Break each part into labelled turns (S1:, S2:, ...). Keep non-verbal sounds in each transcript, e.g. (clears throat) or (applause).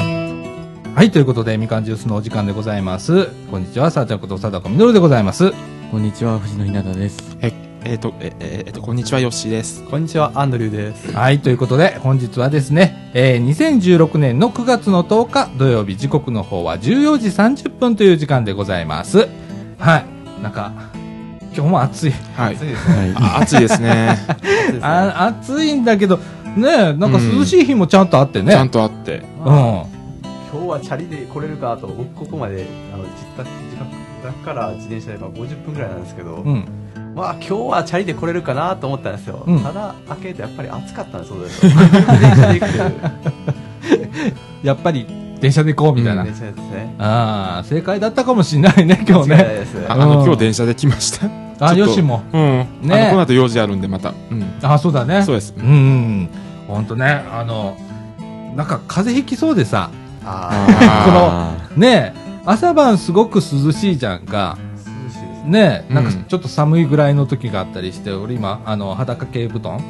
S1: はい、ということで、みかんジュースのお時間でございます。こんにちは、さあちゃんことさだこみのるでございます。
S2: こんにちは、藤野ひなたです。
S3: え、えっ、と、え、えーと、こんにちは、よっしーです。
S4: こんにちは、アンドリューです。
S1: はい、ということで、本日はですね、えー2016年の9月の10日土曜日、時刻の方は14時30分という時間でございます。はい、なんか、今日も暑い。
S3: はい。
S4: 暑いですね。
S2: は
S3: あ暑いですね。
S4: あ
S1: あ暑いんだけど、ねえ、なんか涼しい日もちゃんとあって
S3: ちゃん
S1: ね。
S3: とあって。
S1: うん。
S4: 今日はチャリで来れるかと、僕ここまで、あの、自宅、自宅から自転車でまあ50分ぐらいなんですけど、
S1: うん。
S4: まあ今日はチャリで来れるかなと思ったんですよ。
S1: うん
S4: ただ、開けるとやっぱり暑かったんです、そう
S1: (laughs)
S4: です。自転車で行く
S1: やっぱり、電車で行こうみたいな。
S4: 自転車ですね。
S1: ああ、正解だったかもしれないね、今日
S4: 間違いない
S1: ね。
S4: です。
S3: ああ
S1: うん
S3: の、今日電車で来ました。
S1: あ、よしも。
S3: うん。
S1: ね
S3: あの、この後用事あるんで、また。うん。
S1: あ、そうだね。
S3: そうです。
S1: うんうん。ほんとね、あの、なんか風邪ひきそうでさ、
S4: あ
S2: あ
S1: ねえ、朝晩すごく涼しいじゃんか。
S4: あ、涼しいですね。
S1: ねえ、なんか
S3: うん
S1: ちょっと寒いぐらいの時があったりして、俺今、あの、裸系布団、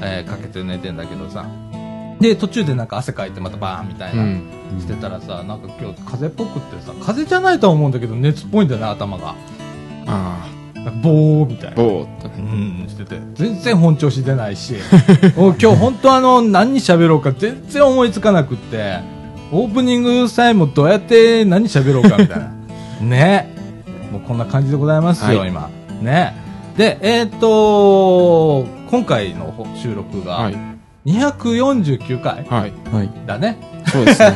S1: えーかけて寝てんだけどさ。で、途中でなんか汗かいてまたバーンみたいうな、
S3: ん。
S1: してたらさ、なんか今日風邪っぽくってさ、風邪じゃないとは思うんだけど熱っぽいんだよね、頭が。
S3: あ
S1: なんかボーみたい
S3: あ、
S1: な。
S3: ぼーっと
S1: う
S3: ね。
S1: ん、してて。全然本調子出ないし。 (laughs) お今日本当あの、何喋ろうか全然思いつかなくって、オープニングさえもどうやって何喋ろうかみた
S3: (laughs)
S1: いな。ね。もうこんな感じでございますよ、
S3: はい
S1: 今。ね。で、えーっ、と今回のほ収録
S3: は
S1: が
S3: い。
S1: 249回
S3: はい。
S2: ー
S3: (laughs)
S2: はい。
S1: だね。
S3: そうですね。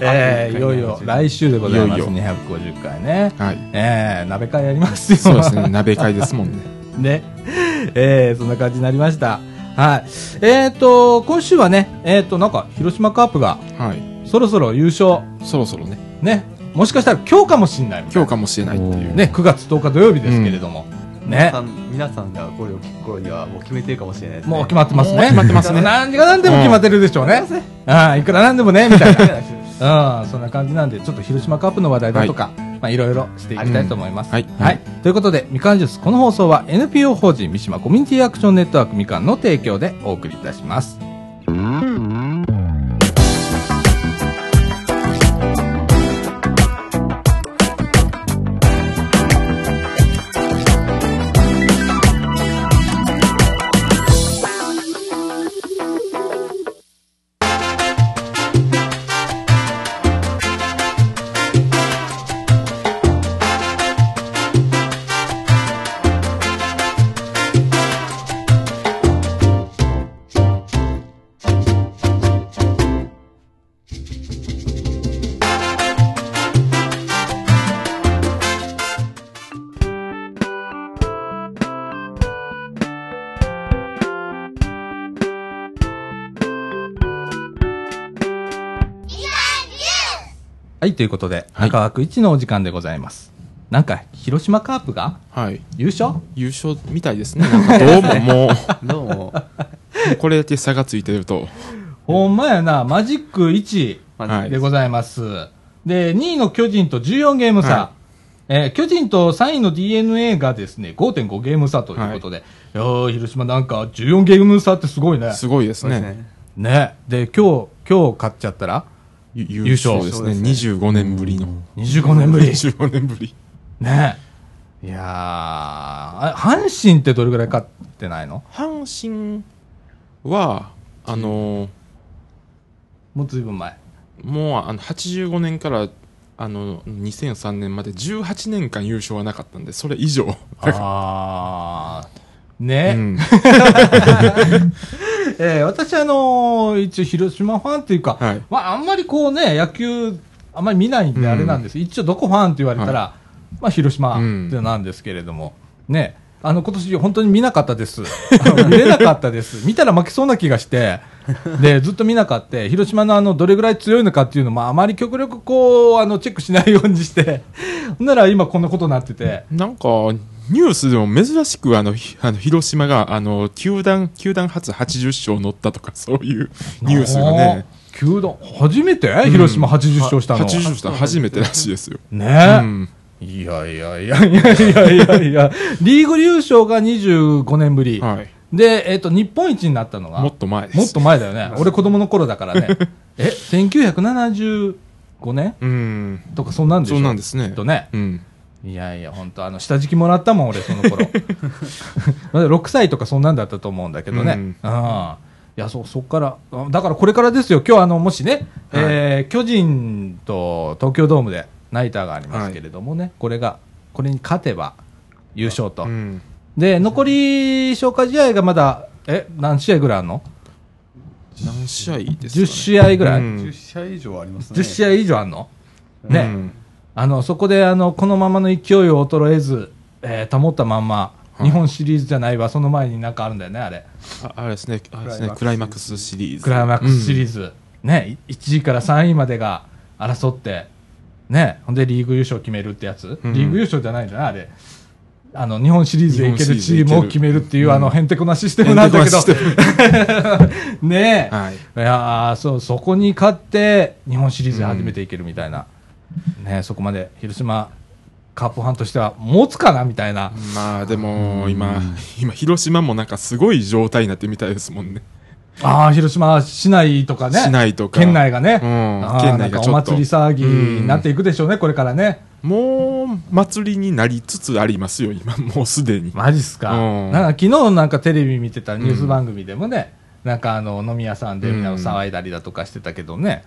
S1: えーいよいよ来週でございます。
S3: いよい
S1: 250回ね。 (laughs)
S3: はい。
S1: えー、鍋会やりますよ。
S3: そうですね。鍋会ですもんね。
S1: (laughs) ね。えー、そんな感じになりました。はい。えっ、ー、と、今週はね、えっ、ー、と、なんか、広島カープが、
S3: はい。
S1: そろそろ優勝、
S3: そろそろね、
S1: ね。もしかしたら今日かもしんないみたい
S3: 今
S1: な
S3: 日かもしれないっていう。
S1: ね、9月10日土曜日ですけれども。
S4: 皆
S1: ね
S4: さ。ん、皆さんがこれを聞く頃にはもう決めてるかもしれないです、ね。
S1: もう決まってますね。
S3: もう決まってます
S1: (laughs)
S3: ね
S1: 何が何でも決まってるでしょうね。ああ、いくら何でもね、みたいな。うん、そんな (laughs) 感じなんで、ちょっと広島カップの話題だとか、い、まあいろいろしていきたいと思います。
S3: はい
S1: はい。ということで、みかんジュース、この放送は NPO 法人三島コミュニティアクションネットワークみかんの提供でお送りいたします。はい、ということで、
S3: はい
S1: 中枠一のお時間でございます。なんか、広島カープが
S3: はい。
S1: 優勝
S3: 優勝みたいですね。なんかどうももう、も
S4: どうも、
S3: うこれだけ差がついてると。
S1: ほんまやな、マジック1。
S4: ま
S3: はい
S1: でございます。で、2位の巨人と14ゲーム差。
S3: は
S1: えー巨人と3位の DNA がですね、5.5ゲーム差ということで、い、やー広島なんか14ゲーム差ってすごいね。
S3: すごいです
S4: そうです
S3: ね。
S4: ね。
S1: ね。で、今日、今日勝っちゃったら、
S3: ゆ
S1: 優
S3: 優
S1: 勝
S3: 勝です
S4: そうで
S3: ね。
S4: すね
S3: 25年ぶりの。
S1: 25年ぶり。
S3: 25年ぶり。
S1: ね。いやーあ、阪神ってどれぐらい勝ってないの
S3: 阪神は、あのー
S1: もうずいぶん前。
S3: もうあの85年からあの2003年まで18年間優勝はなかったんで、それ以上。
S1: あー。ね、
S3: うん
S1: えー私あのー一応広島ファンっていうか、
S3: はい
S1: まあ、あんまりこうね、野球、あんまり見ないんで
S3: うん
S1: あれなんです、一応どこファンって言われたら、まあ、広島でなんですけれども、ね、あの、今年本当に見なかったです。 (laughs) あの見れなかったです。見たら負けそうな気がして、で、ずっと見なかった。広島のあの、どれぐらい強いのかっていうのも、あまり極力こう、あの、チェックしないようにして、ほんなら今こんなことになってて、
S3: なんか、ニュースでも珍しくあのひあの広島があの球団球団初80勝乗ったとか、 (laughs) そういうニュースがね。
S1: あー。球団、初めて広島80勝したの。
S3: 80勝したの初めてらしいですよ。
S1: ねえ。
S3: うん、
S1: いやいやいやいやいやいやいや、リーグ優勝が25年ぶり。
S3: はい。
S1: で、えっ、と、日本一になったのが、
S3: もっと前です。 (laughs)
S1: もっと前だよね。俺子供の頃だからね。え、1975 5年
S3: うん。
S1: とか、そんなんでしょ
S3: そうなんです
S1: き
S3: ね
S1: っ。とね。
S3: うん。
S1: いやいや、本当あの、下敷きもらったもん、俺、その
S3: (laughs)
S1: 頃。まだ6歳とかそんなんだったと思うんだけどね。う
S3: うんん。
S1: いや、そう、そっから、あだからこれからですよ。今日、あの、もしね、えー巨人と東京ドームでナイターがありますけれどもね、これが、これに勝てば優勝と。
S3: うん。
S1: で、残り消化試合がまだ、え、何試合ぐらいあるの
S3: 何試合ですか、ね、
S1: ?10 試合ぐらい、
S3: うん
S4: 10試合以上ありますね。
S1: 10試合以上あるの
S3: う
S1: ね、
S3: ん
S1: あのそこであのこのままの勢いを衰えず、えー保ったまんま、
S3: はい
S1: 日本シリーズじゃないわ、その前になんかあるんだよね、あれ、
S3: ああれですねあれですね
S4: ク
S3: ク
S4: ラ
S3: ラ
S4: イ
S3: イ
S4: マ
S3: マ
S4: ッ
S3: ッ
S4: ク
S3: ク
S4: ス
S3: スシリーズ
S1: クライマックスシリー
S3: ズ、
S1: ズ、ね、1位から3位までが争って、ね、ほんでリーグ優勝決めるってやつ、
S3: うん
S1: リーグ優勝じゃないんだな、あれ。あの日本シリーズでいけるチームを決めるっていう、
S3: うん
S1: あのへんてこなシステムなんだけど
S3: へんてこな、
S1: (laughs) ねえ、
S3: はい
S1: いやーそうそこに勝って日本シリーズで初めていけるみたいな、ね、そこまで広島カープファンとしては持つかなみたいな、
S3: まあでも今今広島もなんかすごい状態になってみたいですもんね
S1: ああ広島市内とかね
S3: 市内とか
S1: 県内がね、
S3: うん
S1: あー
S3: 県内がちょっと
S1: なんかお祭り騒ぎになっていくでしょうね、これからね
S3: もう祭りになりつつありますよ今もうすでに、
S1: マジっすか,、
S3: うん
S1: なんか昨日なんかテレビ見てたニュース番組でもね、なんかあの飲み屋さんでみんなを騒いだりだとかしてたけどね、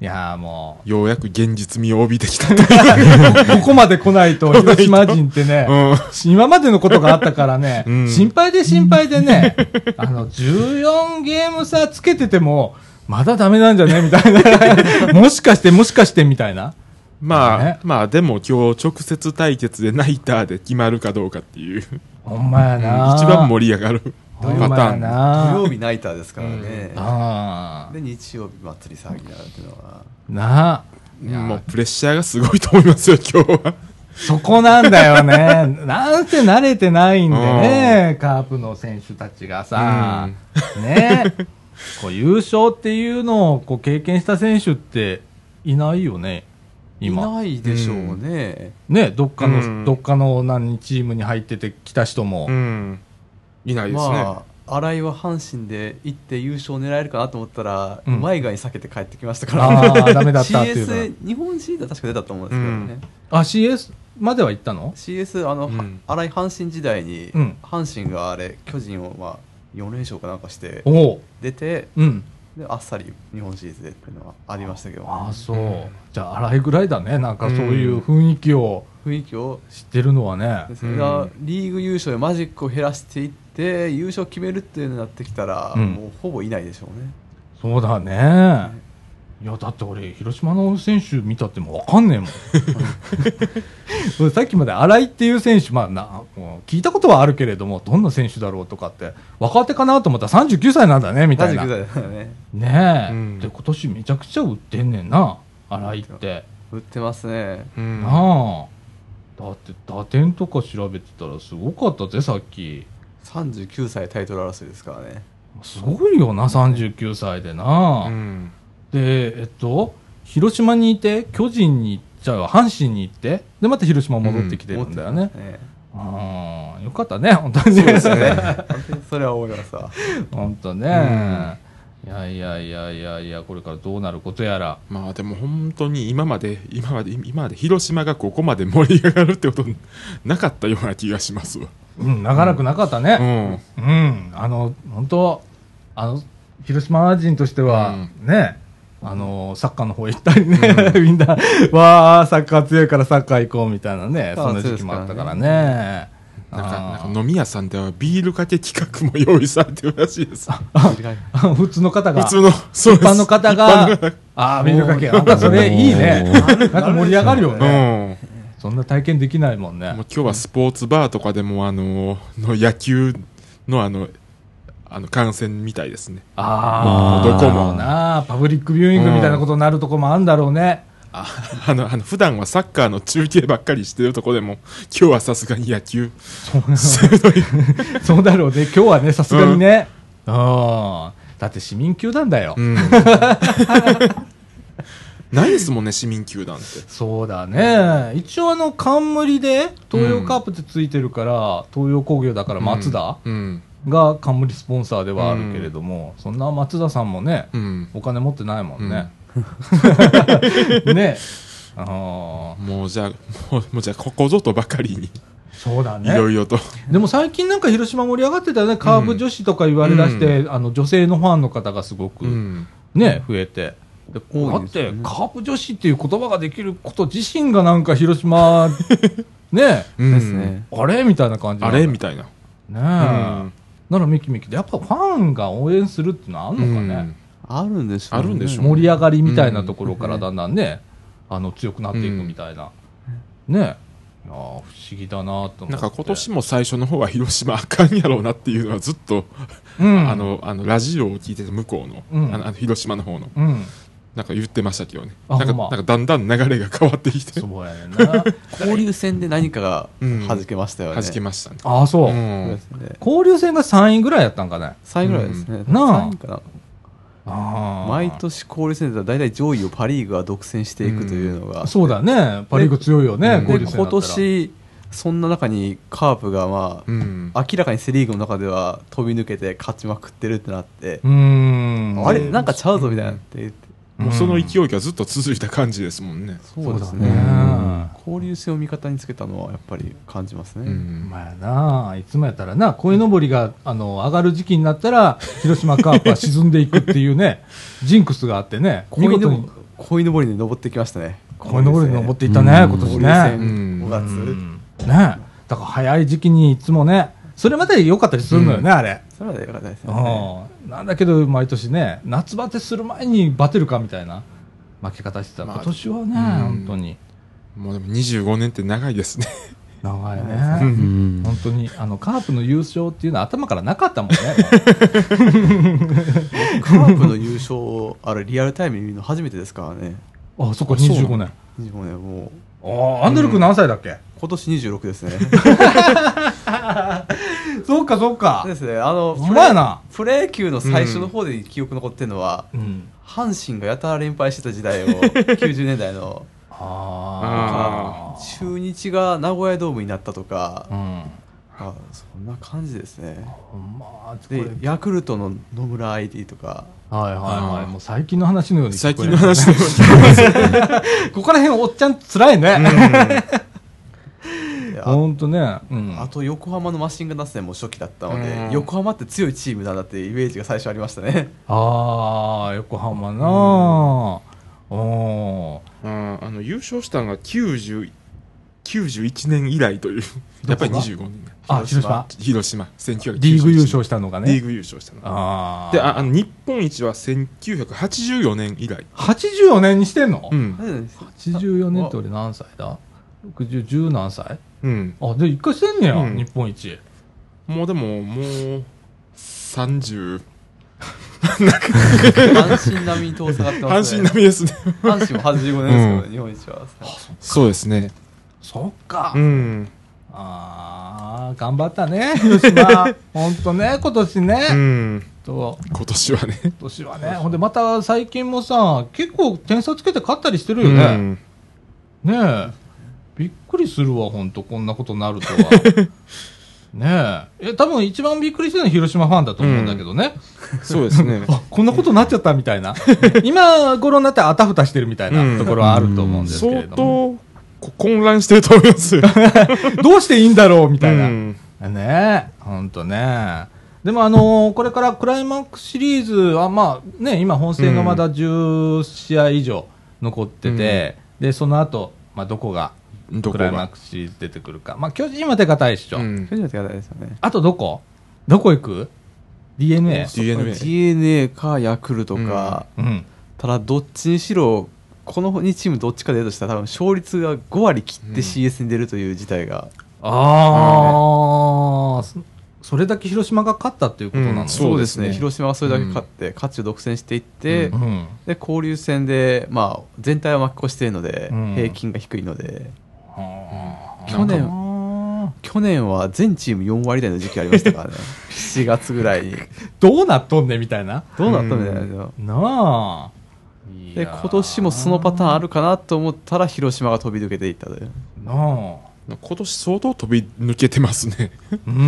S1: いやーもう
S3: ようやく現実味を帯びてき
S1: (laughs)
S3: たという
S1: ここまで来ない
S3: (laughs)
S1: と広島人ってね、
S3: うん
S1: 今までのことがあったからね、
S3: うん
S1: 心配で心配で
S3: (laughs)
S1: ね、あの、14ゲーム差つけてても、まだダメなんじゃねみたい
S3: (laughs)
S1: な。もしかして、もしかして、みたいな。
S3: まあ、
S1: ね
S3: まあでも今日直接対決でナイターで決まるかどうかっていう、
S1: ほんまや
S3: うん
S1: な。
S3: 一番盛り上がるパタ
S1: ほんまや
S3: ーンあ
S1: な。
S4: 土曜日ナイターですからね。
S1: ああ
S4: で、日曜日祭り騒ぎになるっていうのは。
S1: なあ。
S3: もうプレッシャーがすごいと思いますよ今日は
S1: そこなんだよね。 (laughs) なんて慣れてないんでね、カープの選手たちがさ、ね、こう優勝っていうのをこう経験した選手っていないよね、
S4: い
S1: 今。
S4: ないでしょうね。
S1: ね、どっかの、
S3: うん
S1: どっかの何チームに入っててきた人も、
S3: うんいないですね、
S4: まあ、新井は阪神で行って優勝狙えるかなと思ったら、
S1: うん
S4: 前がに避けて帰ってきましたか
S1: あ
S4: ら、
S1: ーダメだったっていうの
S4: CS、日本 (laughs) シリーズは確か出たと思うんですけどね。
S1: あ、CS までは行ったの
S4: CS あの、は
S3: うん
S4: 新井阪神時代に、
S1: うん
S4: 阪神があれ巨人をまあ4連勝かなんかして
S1: おお
S4: 出て
S1: う、うん。
S4: であっさり日本シリーズでっていうのはありましたけど
S1: ああ、そう。
S3: うん
S1: じゃあ、荒いぐらいだね。なんか
S3: う
S1: そ
S3: ん
S1: ういう雰囲気を
S4: 雰囲気を
S1: 知ってるのはね。
S4: それが
S3: うん
S4: リーグ優勝でマジックを減らしていって優勝決めるっていうのになってきたら、
S1: うん
S4: もうほぼいないでしょうね
S1: そうだね。いや、だって俺、広島の選手見たってもうわかんねえもん。
S3: (laughs)
S1: 俺さっきまで新井っていう選手、まあな、もう聞いたことはあるけれども、どんな選手だろうとかって、若手かなと思ったら39歳なんだね、みたいな。
S4: 79歳だね
S1: ねえ、
S3: うん
S1: で今年めちゃくちゃ売ってんねんな新井って、
S4: 売ってますね
S3: うん
S1: なあだって打点とか調べてたらすごかったぜさっき
S4: 39歳タイトル争いですからね
S1: すごいよな39歳でな、
S3: うん
S1: でえっと広島にいて巨人に行っちゃうわ阪神に行ってでまた広島戻ってきてるんだよね、
S4: ね
S1: うんよかったね本当に
S4: そうですよね本
S2: (laughs)
S4: 当にそれは思いますわ
S1: (laughs) 本当ね、いやいやいやいやいやこれからどうなることやら
S3: まあでも本当に今まで今まで今まで広島がここまで盛り上がるってことなかったような気がしますわ。
S1: うん長らくなかったね、
S3: うん。
S1: うん、あの本当あの広島人としては、ねあのサッカーの方へ行ったりね、 (laughs) みんなわあサッカー強いからサッカー行こうみたいなね
S4: ああ
S1: そんな時期もあったからね
S3: なん
S1: あ
S3: か
S1: ー
S3: なんか飲み屋さんではビールかけ企画も用意されてるらしいです。
S1: (laughs) 普通の方が
S3: 普通のそう
S1: 一
S3: です
S1: 般の方
S3: 一
S1: が
S3: 般の
S1: ああビールかけなんかそれいいね
S2: お
S1: なんか盛り上がるよ
S3: 方
S1: ね、
S3: うん。
S1: そんな体験できないもんね
S3: もう今日はスポーツバーとかでもあのの野球のあのあの観戦みたいです
S1: (laughs)
S3: ね。
S1: ああ
S3: どこも
S1: なあパブリックビューイングみたいなことになるとこもあるんだろうね、
S3: ああのあの普段はサッカーの中継ばっかりしてるとこでも今日はさすがに野球。
S1: そうだろうね、今日はね、さすがにね。ああだって市民球団だよ。
S3: うん。ないですもんね市民球団って。
S1: そうだね。一応あの、冠で、東洋カープってついてるから、東洋工業だから松田
S3: うん。
S1: が冠スポンサーではあるけれども、そんな松田さんもね、
S3: うん。
S1: お金持ってないもんね。 (laughs) ねあ
S3: もうじゃあ、もうもうじゃあ、ここぞとばかりに、
S1: ーそうだ
S3: いろ
S1: ね
S3: いろと。
S1: でも最近なんか広島盛り上がってたよねカーブ女子とか言われだして、あの女性のファンの方がすごく、
S3: うん。
S1: ね増えてで
S4: 多
S1: だ
S4: い
S1: っ
S4: ですよね
S1: てカープ女子っていう言葉ができること自身がなんか広島ね
S3: うん
S2: ですね。
S1: あれみたいな感じ
S3: あれみ
S1: た
S3: たいな。
S1: いなねえ、ならミキミキでやっぱファンが応援するってのはあんのかね、
S2: あるんでし
S3: ょうねあるんでしょう
S1: 盛り上がりみたいなところからだんだんね、あの強くなっていくみたいな、ねえいやー不思議だなと思って
S3: なんか今年も最初の方は広島あかんやろうなっていうのはずっと、
S1: うん
S3: あのあのラジオを聞いてた向こうの,、
S1: うん
S3: あのあの広島の方の
S1: うん
S3: なんか言ってましたけどね
S1: あ
S3: なん
S1: ほ
S3: か
S1: んま
S3: なんかだんだん流れが変わってきて
S1: そうやねんな
S2: 交流戦で何かが
S3: うん
S2: 弾けましたよね。
S3: 弾けましたね
S1: ああそう、
S3: うん
S2: そうですね。
S1: 交流戦が3位ぐらいやったんかね
S2: 3位ぐらいですね。
S1: うんなあ
S2: 3位かな
S1: ああ
S2: 毎年交流戦で大体上位をパ・リーグが独占していくというのが。
S1: そうだね、パ・リーグ強いよね、
S3: うん
S1: 交
S2: で
S1: 流戦だ
S2: 今
S1: ったら
S2: 年、そんな中にカープがまあ、
S3: うん
S2: 明らかにセ・リーグの中では飛び抜けて勝ちまくってるってなって
S1: う、ーん、
S2: あれなんかちゃうぞみたいなって言って。
S1: うん
S3: もうその勢いがずっと続いた感じですもんね、
S2: そうです
S1: そうだね
S2: ね。交流戦を味方につけたのはやっぱり感じます
S3: う
S2: ね。
S3: ん
S1: まあやな、いつもやったらな、鯉のぼりがあの上がる時期になったら、広島カープは沈んでいくっていうね、ジンクスがあってね、
S2: 鯉
S1: 見事
S2: のぼ
S1: に
S2: り鯉のぼりに登ってきましたね。
S1: 鯉のぼりに登っていったね、今年
S2: 交流
S1: ね。
S2: 戦
S3: うん
S2: 5
S1: う
S2: 月。
S1: んねだから早い時期にいつもね、それまで良かったりするのよね、あれ。
S2: それは良かったですよね。
S1: うんなんだけど、毎年ね、夏バテする前にバテるかみたいな負け方してた、
S3: まあ
S1: 今年はね、
S3: うん
S1: 本当に
S3: もうでも25年って長いですね
S1: 長いね。
S2: ん
S1: 本当にあのカープの優勝っていうのは頭からなかったもんね。
S2: カープの優勝をあれリアルタイムに見るの初めてですからね。
S1: も (laughs) うあそっか、25年。
S2: 25年もう
S1: ああ、アンドル君何歳だっけ、
S2: 今年26で
S1: (laughs)
S2: すね。
S1: そうか、そうか。
S2: ですね。あの、
S1: ほんまやな
S2: プロ野球の最初の方で記憶残ってるのは、
S1: うん。
S2: 阪神がやたら連敗してた時代を、90
S1: (laughs)
S2: 年代の、
S1: ああ。
S2: 中日が名古屋ドームになったとか
S1: う、ん。
S2: あそんな感じですね。
S1: ほんまこれ
S2: で、ヤクルトの野村 ID とか、
S1: はいはいは
S3: あ
S1: い。
S3: ー
S1: もう最近の話のように聞
S3: (laughs) 最
S1: こえ
S3: 近
S1: る
S3: の話で
S1: (laughs) ここら辺おっちゃんつらいね。(laughs)
S2: であ
S1: ほんとね。うん。
S2: あと横浜のマシンガン打線も初期だったの
S3: う
S2: で
S3: ん、
S2: 横浜って強いチームだなっていうイメージが最初ありましたね。
S3: (laughs)
S1: ああ、横浜なあ。お
S3: うんあの優勝したのが90 91年以来というやっ (laughs) ぱり25年
S1: あ、広島。
S3: 広島1991年
S1: リーグ優勝したのが
S3: リー
S1: ね。
S3: グ優勝したの
S1: ああ。
S3: でああの日本一は1984年以来、
S1: 84年にしてんの
S3: うん
S1: 84年って俺何歳だ60、10何歳
S3: うん、
S1: あ、で、一回してんねや、
S3: うん
S1: 日本一。
S3: もうでももう30
S2: 阪神並みに遠ざかってま
S3: 阪
S2: す
S3: 神
S2: ね。
S3: 並みで
S1: (laughs)
S3: すね
S2: 阪神も85年ですけどね、
S3: うん
S2: 日本一は。
S3: そうですね
S1: そっか。
S3: うん、
S1: ああ、頑張ったね、広
S3: (laughs)
S1: 島。ほんとね、今年ね。
S3: うん、
S1: と
S3: 今年はね
S1: 今年はね、ほんで、また最近もさ、結構点差つけて勝ったりしてる
S3: う
S1: よね。
S3: ん、
S1: ねえ。びっくりするわ、ほんと、こんなことになるとは。 (laughs) ねえ。え、多分一番びっくりしてるのは広島ファンだと思うんだけどね。
S3: そうで
S1: (laughs)
S3: すね
S1: あこんなことになっちゃったみたいな、 (laughs) 今頃になってあたふたしてるみたいなところはあると思うんですけれ
S3: 相
S1: ど
S3: 当
S1: も、
S3: こ混乱してると思
S1: (laughs)
S3: いますよ、
S1: どうしていいんだろうみ
S3: う
S1: たいな、
S3: ん、
S1: ねえ、ほんとね、でも、あのーこれからクライマックスシリーズは、まあね、今、本戦がまだ10試合以上残ってて、でその後、まあどこが
S3: どこ
S1: クライマッ
S3: が
S1: クスシリーズ出てくるか、まあ、巨人は手堅いっしょ、
S3: うん
S2: 巨人は手堅いですよね。
S1: あとどこどこ行く d n a
S3: DNA
S2: DNA かヤクルトか、
S1: うん、
S2: ただどっちにしろ、この2チームどっちかでとしたら、多分勝率が5割切って CS に出るという事態が、
S1: ああ、そそれだけ広島が勝ったっていうことなの、
S3: うん
S1: そ
S3: そうですね
S2: 広島はそれだけ勝って、勝ちを独占していって、
S1: ううん
S2: で交流戦で、まあ、全体は負け越しているので、
S1: うん
S2: 平均が低いので、
S1: 去
S2: 去
S1: 年
S2: 年去年は全チーム4割台の時期ありました (laughs) からね、7月ぐらいに。
S1: どうなっとんねみたいな
S2: どうなったみたいな。
S1: なあ
S2: で今年もそのパターンあるかなと思ったら広島が飛び抜けていったという
S1: なあ
S3: 今年相当飛び抜けてます
S1: (laughs)
S3: ね。
S1: うん
S3: う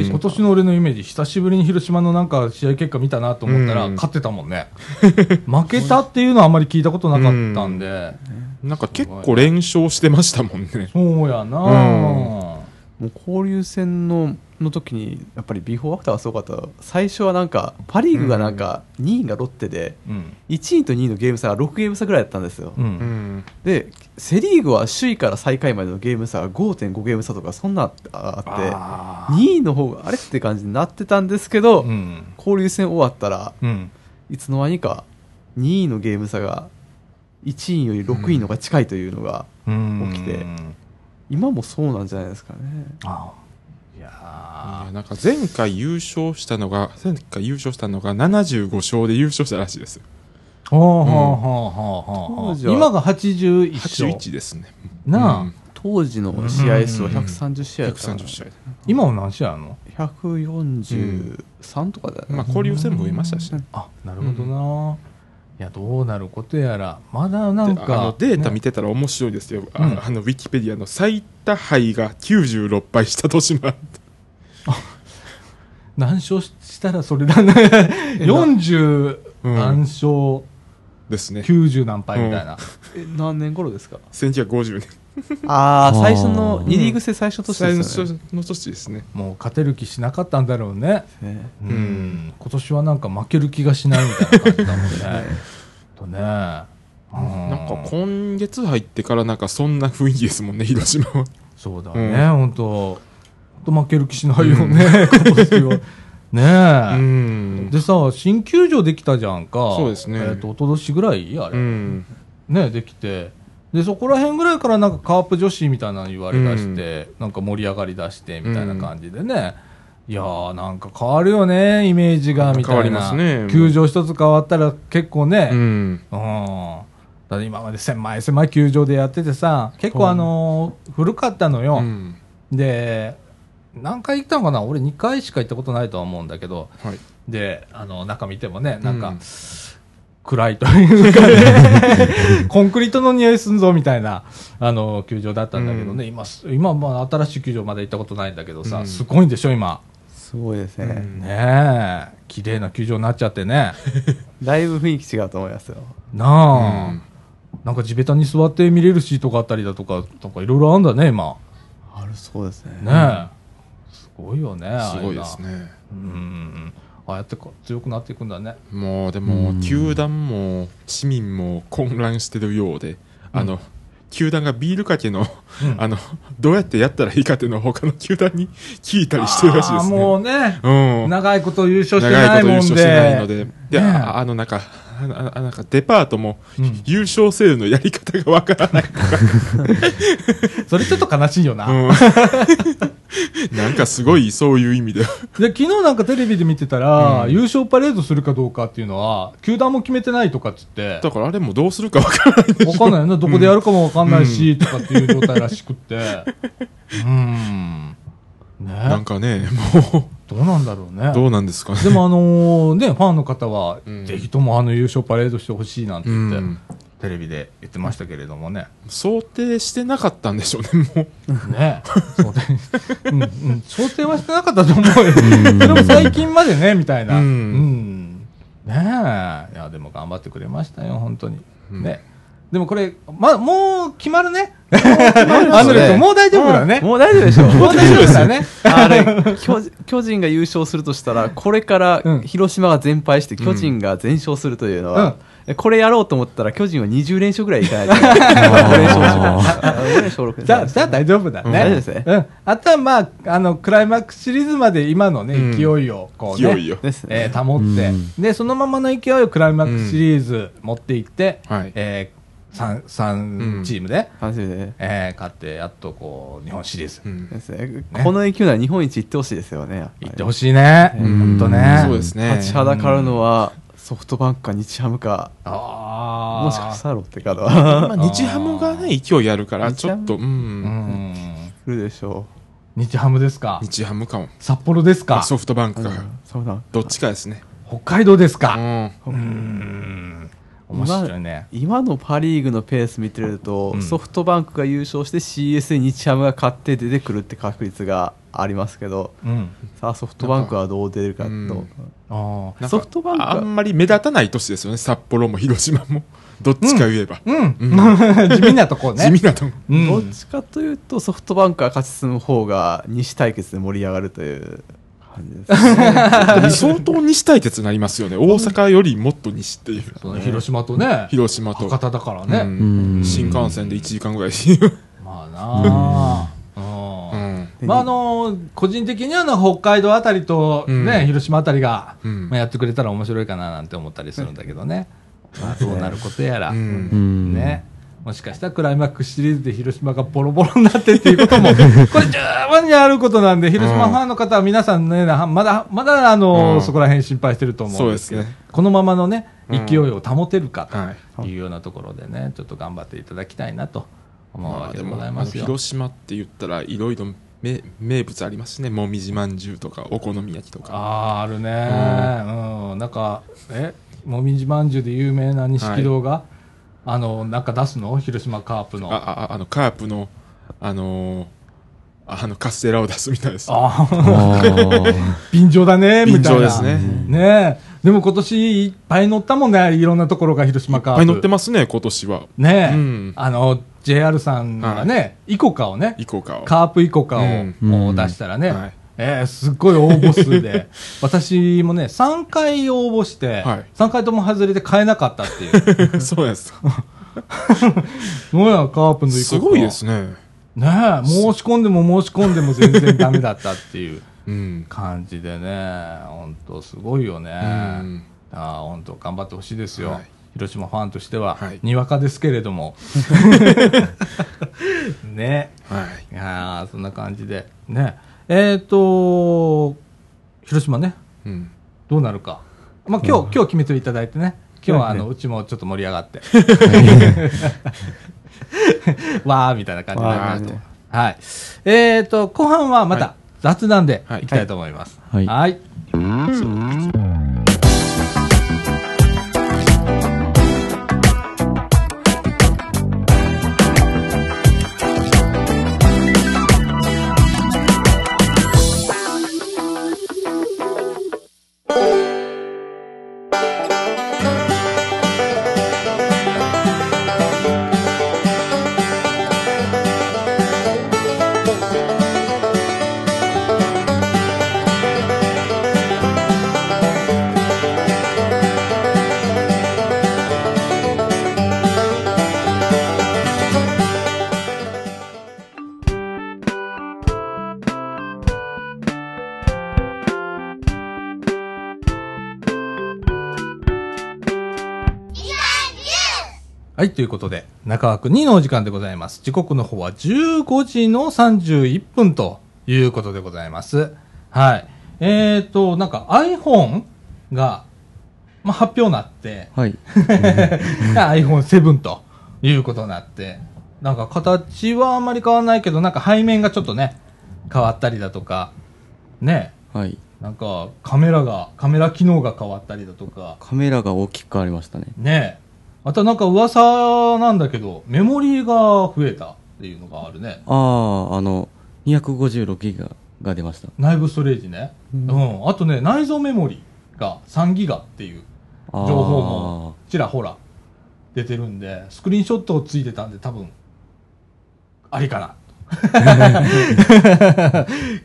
S3: ん
S1: 今年の俺のイメージ、久しぶりに広島のなんか試合結果見たなと思ったら、
S3: うん
S1: 勝ってたもんね。 (laughs) 負けたっていうのはあんまり聞いたことなかったんで、
S3: なんか結構連勝してましたもんね。
S1: そうやな、
S3: う
S2: もう交流戦のの時にやっぱりビフォーアフターがすごかった最初はなんかパ・リーグがなんか2位がロッテで
S1: うん。
S2: 1位と2位のゲーム差が6ゲーム差ぐらいだったんですよ、
S1: うん。
S3: うん。
S2: でセ・リーグは首位から最下位までのゲーム差が5.5ゲーム差とかそんなあ
S1: あ
S2: あって2位の方があれって感じになってたんですけど、
S1: ーうん。
S2: 交流戦終わったら
S1: うん。
S2: いつの間にか2位のゲーム差が1位より6位のが近いというのが、
S1: うん。
S2: 起きて今もそうなんじゃないですかね。
S1: あーいや
S3: あーなんか前回優勝したのが、前回優勝したのが75勝で優勝したらしいです。
S1: ーはあはあはあはあは
S2: 当
S1: あ
S2: 時は
S1: 今が81勝。
S3: 81ですね。
S1: なあ、
S3: うん
S2: 当時の試合数は130試合だったの
S3: 130試合。
S1: 今は何試合あんの
S2: 143とかだよね、
S3: まあ交流戦も増えましたしね。
S1: あ、なるほどな、いや、どうなることやら。まだなん
S3: であの
S1: か。
S3: データ
S1: ね
S3: 見てたら面白いですよ、あ
S1: うん
S3: あのウィキペディアの最多敗が96敗した年もあって
S1: 何勝したらそれだね。40
S3: うん
S1: 何勝、
S3: ですね
S1: 90何敗みたいな。
S2: え何年頃ですか
S3: 1950年
S2: (laughs) あ
S4: あ
S2: あ
S4: ー
S2: 最初の2リーグ制最初の年
S3: 最
S2: ですよね
S3: 初の年ですね
S1: もう勝てる気しなかったんだろうね。
S2: ね
S1: うんん。今年はなんか負ける気がしないみたいな感じだもんね。とね。うん
S3: なんか今月入ってからなんかそんな雰囲気ですもんね広島は
S1: そうだね、本当ほんと負ける気しないよね、今年
S3: (laughs)
S1: は。
S3: う
S1: ねえ、
S3: ん
S1: でさ、新球場できたじゃんか。
S3: そうですね
S1: えっ、と、おととしぐらいあ
S3: う
S1: れ。
S3: ん
S1: ね、できて。で、そこら辺ぐらいからなんかカープ女子みたいなの言われだして、なんか盛り上がりだして、みたいな感じでね。いやーなんか変わるよね、イメージが、みたいな。
S3: 変わりますね
S1: 球場一つ変わったら結構ね、
S3: うん
S1: うん。だって今まで狭い狭い球場でやっててさ、結構あのー古かったのよ。
S3: うん
S1: で、何回行ったのかな俺2回しか行ったことないとは思うんだけど、
S3: はい
S1: で、あの、中見てもね、なんか、
S3: うん
S1: 暗いというか
S3: (laughs)
S1: ね、コンクリートの匂いすんぞみたいな、あの、球場だったんだけどね、今す、今、まあ、新しい球場まで行ったことないんだけどさ、
S3: うん
S1: すごいんでしょ、今。
S2: すごいですね、
S3: うん
S1: ねえ、綺麗な球場になっちゃってね。
S2: だいぶ雰囲気違うと思いますよ
S1: なあ、なんか地べたに座って見れるシートがあったりだとか、なんかいろいろあるんだね、今。
S2: あるそうですね
S1: ねえ。すごいよね、あ
S3: す
S1: れな
S3: ごいですね
S1: うんああやってこう強くなっていくんだね。
S3: もうでも、
S2: うん
S3: 球団も市民も混乱してるようで、あの球団がビールかけの,、
S1: うん
S3: あのどうやってやったらいいかっていうのを他の球団に聞いたりしてるらしいですね。
S1: あーもうね、
S3: うん、
S1: 長いこと優勝して
S3: 長
S1: ないい
S3: こと優
S1: もん
S3: 勝し
S1: で。
S3: てないので、で
S1: ねえ
S3: ああのなんかあのあなんかデパートも
S1: うん
S3: 優勝セールのやり方がわからないとか、
S1: それちょっと悲しいよな。
S3: うんなんかすごいそういう意味では、
S1: で、昨日なんかテレビで見てたら、
S3: うん
S1: 優勝パレードするかどうかっていうのは、球団も決めてないとかっつって、
S3: だからあれもどうするかわからないんで
S1: わ
S3: し
S1: か
S3: ょ
S1: んないよね。どこでやるかもわかんないし、とかっていう状態らしくって。うん。
S3: な
S1: ね
S3: んかね、も
S1: どうなんだろうね
S3: う。どうなんですかね。
S1: でもあのーね、ファンの方は、
S3: うん
S1: ぜひともあの優勝パレードしてほしいなんて
S3: う
S1: 言って、
S3: ん、
S1: テレビで言ってましたけれどもね。
S3: 想定してなかったんでしょうね、もう。
S1: ね想定、うんうん、想定はしてなかったと思うよ。それも最近までね、みたいな。う
S3: うん
S1: ん。ねえ。いや、でも頑張ってくれましたよ、本当に。
S3: うん
S1: ね。でもこれ、ま、もう決まるね。アンドレス君もう大丈夫だね。 (laughs) も
S2: もう大丈夫でしょ
S1: う大丈夫だね。
S2: あれ巨巨人が優勝するとしたらこれから
S1: うん
S2: 広島が全敗して巨人が全勝するというのは、これやろうと思ったら巨人は20連勝ぐらい
S1: (laughs)
S2: いかないと5連勝5連勝6連
S1: じゃあ、
S2: 勝
S1: じゃあ大丈夫だね。
S2: うん大丈夫ですね
S1: うん。あとはまあ、あの、クライマックスシリーズまで今のね、
S3: うん
S1: 勢いを、こうね。
S3: 勢いよ。
S2: です
S1: え
S2: ね
S1: ー保って、
S4: うん
S1: でそのままの勢いをクライマックスシリーズ持っていって、
S3: はい
S1: えー、3, 三
S3: うん
S1: チームで、
S2: 楽しみでね
S1: えー勝ってやっとこう日本シリーズ
S3: うん
S2: ですねこの勢いなら日本一行ってほしいですよねやっぱり
S1: 行ってほしいね、
S2: うん
S1: 本当
S4: うん
S1: ね
S3: そうですね。
S2: 立ちはだかるのはソフトバンクか日ハムか
S1: ああ
S2: もしかしたらロッテか
S3: まあ
S2: だ
S3: 日ハムがね、勢いあるから、
S2: 日
S3: ち
S2: ハ
S3: ょ
S2: ム
S3: っと、う。
S1: うんん
S2: (laughs) 来るでしょ
S1: 日ハムですか
S3: 日ハムかも。
S1: 札幌ですか
S3: ソフトバンク
S2: う、う
S3: か。
S2: ん、そうだ
S3: どっちかですね。
S1: 北海道です
S3: う
S1: か
S3: ん。
S1: うん面白いね。
S2: 今のパ・リーグのペース見てると、
S1: うん
S2: ソフトバンクが優勝して CS で日ハムが勝って出てくるって確率がありますけど
S1: うん。
S2: さあソフトバンクはどう出るかと、
S3: うん
S1: ああ。
S3: なんか
S2: ソフトバンクは
S3: あんまり目立たない都市ですよね。札幌も広島も。どっちか言えば。
S1: うん。
S3: うん
S1: (laughs) 地味なとこね。
S3: 地味なと思う。
S1: うん。
S2: どっちかというとソフトバンクが勝ち進む方が西対決で盛り上がるという感じですね
S3: でも相当西対決になりますよね。大阪よりもっと西っていう。
S1: そうね広島とね、
S3: 広島と。
S1: 博多だからね。
S3: うん
S5: うん
S3: 新幹線で1時間ぐらい。
S1: まあなあ。
S3: う
S1: うん
S3: ん。
S1: まああの個人的にはあの北海道あたりと、ね
S3: うん
S1: 広島あたりが、
S3: うん
S1: まあ、やってくれたら面白いかななんて思ったりするんだけどね、まあ、どうなることやら、
S3: うん
S5: うん
S1: ね、もしかしたらクライマックスシリーズで広島がボロボロになってっていうこと
S3: (laughs)
S1: も、これ、十分にあることなんで、広島ファンの方は皆さんね、なまだまだあの、
S3: うん
S1: そこら辺心配してると思うんですけど、
S3: そうですね
S1: このままのね、
S3: うん
S1: 勢いを保てるか
S3: はい。
S1: というようなところでね、ちょっと頑張っていただきたいなと思う
S3: ま
S1: わ
S3: あ
S1: け
S3: で
S1: で
S3: も
S1: ござい
S3: あの
S1: ますよ。
S3: 広島って言ったらいろいろ名名物ありますね。もみじまんじゅうとかお好み焼きとか。
S1: あーあるね、うんなんかえもみじまんじゅうで有名な錦堂が、あのなんか出すの広島カープの
S3: あああのカープのあのーあのカステラを出すみたいです。
S1: あー (laughs)
S5: あー
S1: 便乗だねみ
S3: 便
S1: たいな
S3: 乗ですね。
S1: ねえでも今年いっぱい乗ったもんねいろんなところが広島
S3: い
S1: カー
S3: っ
S1: プ
S3: ぱい乗ってますね今年は。
S1: ねえ、
S3: うん
S1: あの JR さんがね、イコカをね
S3: イコカを。
S1: カープイコカを
S3: うん
S1: もう出したらね、
S3: はい
S1: えーすっごい応募数で (laughs) 私もね3回応募して、
S3: はい
S1: 3回とも外れて買えなかったっていう。
S3: (laughs) そうです。
S1: もやカープの行こうか
S3: すごいですね。
S1: ねえ申し込んでも申し込んでも全然ダメだったって
S3: (laughs)
S1: いう
S3: うん。
S1: 感じでね本当すごいよね、
S3: ん
S1: ああ本当頑張ってほしいですよ、
S3: はい
S1: 広島ファンとしては、
S3: はい
S1: にわかですけれど
S3: (laughs)
S1: も (laughs) ね
S3: はい。
S1: いやあそんな感じでねえっ、と広島ね
S3: うん。
S1: どうなるかまあ今日、今日決めていただいてね今日はあの、うちもちょっと盛り上がってわーみたいな感じになりま
S3: わー
S1: し
S3: み
S1: てはいえっ、と後半はまた雑談で
S3: はい
S1: いきたいと思います
S5: はい
S1: はいはい、ということで、中枠2のお時間でございます。時刻の方は15時の31分ということでございます。はい。えっ、ー、と、なんか iPhone が、まあ、発表になって、
S5: はい。
S1: iPhone7 ということになって、なんか形はあんまり変わらないけど、なんか背面がちょっとね、変わったりだとか、ね、
S5: はい。
S1: なんかカメラが、カメラ機能が変わったりだとか、
S5: カメラが大きく変わりましたね。
S1: ねえ。あとなんか噂なんだけど、メモリーが増えたっていうのがあるね。
S5: ああ、あの、256ギガが出ました。
S1: 内部ストレージね。うん。あとね、内蔵メモリーが3ギガっていう
S5: あ
S1: 情
S5: ー
S1: 報もちらほら出てるんで、スクリーンショットをついてたんで多分、ありかな。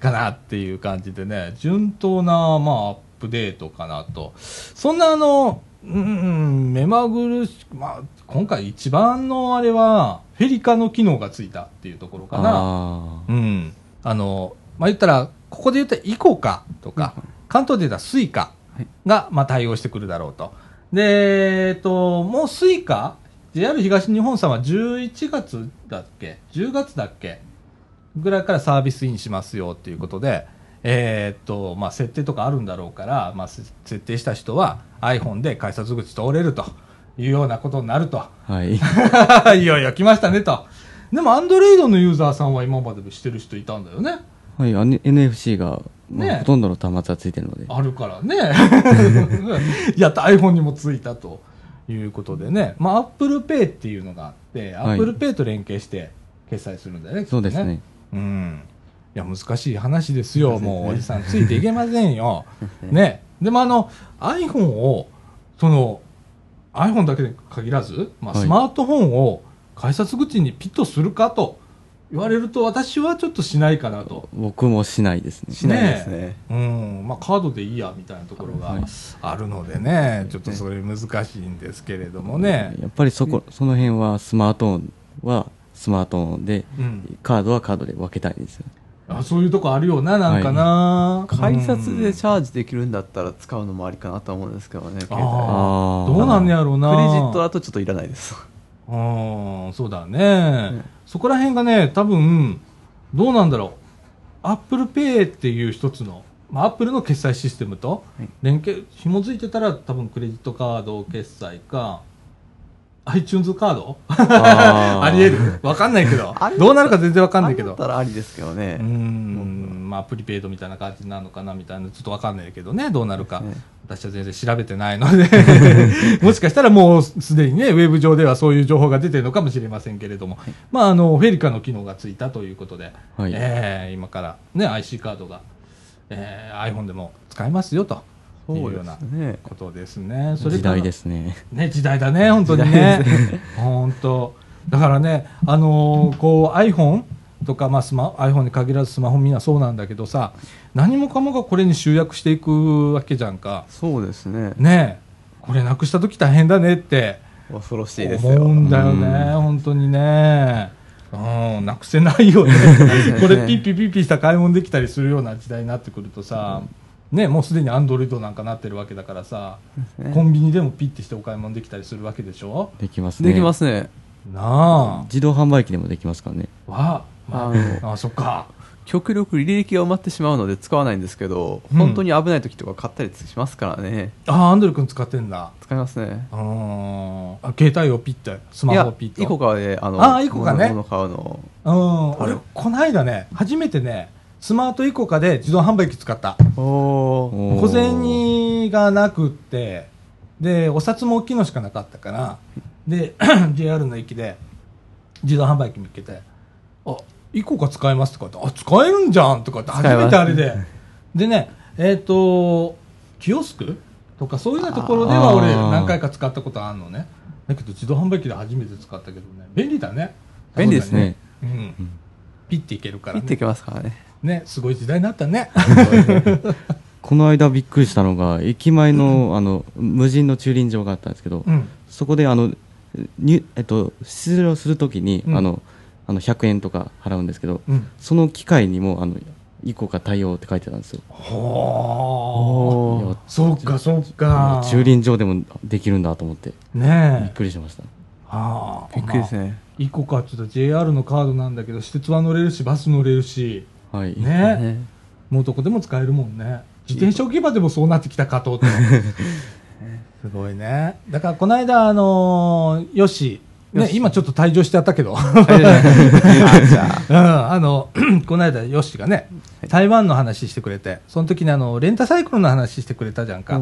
S1: かなっていう感じでね、順当な、まあ、アップデートかなと。そんなあの、うん、目まぐるしく、まあ、今回一番のあれは、フェリカの機能がついたっていうところかな。
S5: あ
S1: うん、あの、まあ、言ったら、ここで言ったらイコカとか、関東で言ったらスイカが、まあ、対応してくるだろうと。で、えっと、もうスイカ JR 東日本さんは11月だっけ ?10 月だっけぐらいからサービスインしますよっていうことで、えーっと、まあ、設定とかあるんだろうから、まあ、せ設定した人は iPhone で改札口通れるというようなことになると。
S5: ーは
S1: (laughs)
S5: い。
S1: いよいよ来ましたねと。でも、アンドロイドのユーザーさんは今までもしてる人いたんだよね。
S5: はい、あの NFC が、まあ
S1: ねえ
S5: ほとんど (laughs) の端末はついてるので。
S1: あるからね。やった iPhone にもついたということでね、まあ、アップルペイっていうのがあって、ア
S5: はい
S1: ップルペイと連携して決済するんだよね、きっと
S5: そうですね。
S1: うん。いや、難しい話ですよ。もう、おじさん、ついていけません
S2: (laughs)
S1: よ。ね。でも、あの、iPhone を、その、iPhone だけで限らず、まあ、
S5: はい
S1: スマートフォンを改札口にピッとするかと言われると、私はちょっとしないかなと。
S5: 僕もしないですね。
S2: しないですね
S1: うん。まあ、カードでいいや、みたいなところが
S5: はい
S1: あるのでね、ちょっとそれ難しいんですけれどもね。
S5: やっぱりそこ、その辺はスマートフォンはスマートフォンで、
S1: うん。
S5: カードはカードで分けたいです。
S1: あそういうとこあるよな、なんかな。
S2: (laughs) 改札でチ
S1: ゃ
S2: ャージできるんだったら使うのもありかなとは思うんですけどね、携帯。
S1: あ
S2: ク
S1: ーどうなんねやろうな。
S2: レジットだとちょっといらないです。
S1: うーん、そうだね、そこら辺がね、多分どうなんだろう、アップルペイっていう一つの、まあ、アップルの決済システムと
S2: はい
S1: 連携、紐づいてたら、多分クレジットカード決済か、iTunes カード
S5: あ
S1: (laughs)
S2: (laughs)
S1: ありえる、わかんないけど
S2: あれ、
S1: どうなるか全然わかんないけ
S2: あ
S1: ど
S2: だ。ったらありですけどね
S1: う。んまあ、プリペイドみたいな感じなのかなみたいな、ちょっとわかんないけどね、どうなるか、
S2: そうですね
S1: 私は全然調べてないので、もしかしたらもうすでにね、ウェブ上ではそういう情報が出てるのかもしれませんけれども、まあ、あのフェリカの機能がついたということで、
S5: はい
S1: えー今から、ね、IC カードが、えー iPhone でも使えますよという
S2: そう
S1: よ
S2: で
S1: うな
S2: すね。
S1: ことですね。それ
S5: 時
S1: から
S5: 代ですね。
S1: ね、時代だね、本当にね。本当。だからね、あのーこう iPhone とか、まあ、スマ iPhone に限らずスマホみんなそうなんだけどさ、何もかもがこれに集約していくわけじゃんか。
S2: そうですね。
S1: ねえこれなくした時大変だねって
S2: 恐ろしいです
S1: 思
S2: よ。
S1: うんだよね、本当にね。うん、なくせない (laughs) よね。これピッピピッピした買い物できたりするような時代になってくるとさ、ね、もうすでにアンドロイドなんかなってるわけだからさ、コンビニでもピッてしてお買い物できたりするわけでしょ
S5: できますね。
S2: できますね。
S1: な
S5: 自動販売機でもできますからね。
S1: あ、わあ、
S2: あ
S1: ま
S2: の、
S1: あ、あ、そっか。
S2: 極力履歴が埋まってしまうので使わないんですけど、
S1: うん
S2: 本当に危ない時とか買ったりしますからね。
S1: ああ、アンドル君使ってんだ。
S2: 使いますね。
S1: うーん。あ携帯をピッて、スマホをピッ
S2: いや、イコ
S1: と。
S2: カで、あの、
S1: あーイコカね
S2: 物物買うの。
S1: うん。俺、こないだね、初めてね、スマートイコカで自動販売機使った。
S2: おー。
S5: おー
S1: 小銭がなくって、で、お札も大きいのしかなかったから、で、JR (clears throat) の駅で、自動販売機見つけて、あ、イコカ使えますとかって、あ、使えるんじゃんとかって、初
S2: えます
S1: めてあれで。でね、えっ、と、キオスクとかそういうようなところでは
S5: あー
S1: 俺何回か使ったことあるのね。だけど自動販売機で初めて使ったけどね、便利だね。
S2: 便利ですね。
S1: うん。ピッていけるから
S2: 行って
S1: ね。
S2: きますからね。
S1: ね、すごい時代になったね。
S5: この間びっくりしたのが、駅前のあの無人の駐輪場があったんですけど、
S1: うん。
S5: そこであのに、えっと、出場するときに、
S1: うん
S5: あのあの100円とか払うんですけど、
S1: うん。
S5: その機械にもあの以降か対応って書いてたんですよ。
S1: ほー。
S5: いや
S1: そうかそうか
S5: 駐輪場でもできるんだと思ってびっ
S1: ねえ
S5: くりしました。
S1: ああ
S2: びっくりです
S1: ね
S2: ね。
S1: 一個かちょっと JR のカードなんだけど私鉄は乗れるしバス乗れるし
S5: はい。
S1: ね
S2: ね
S1: もうどこでも使えるもんね自転車置き場でもそうなってきたかと (laughs) すごいねだからこの間あのーよしね、今ちょっと退場しちゃったけど、 (laughs) うん、あの、 (clears throat) この間、ヨッシーがね、台湾の話してくれて、その時にあの、レンタサイクルの話してくれたじゃんか。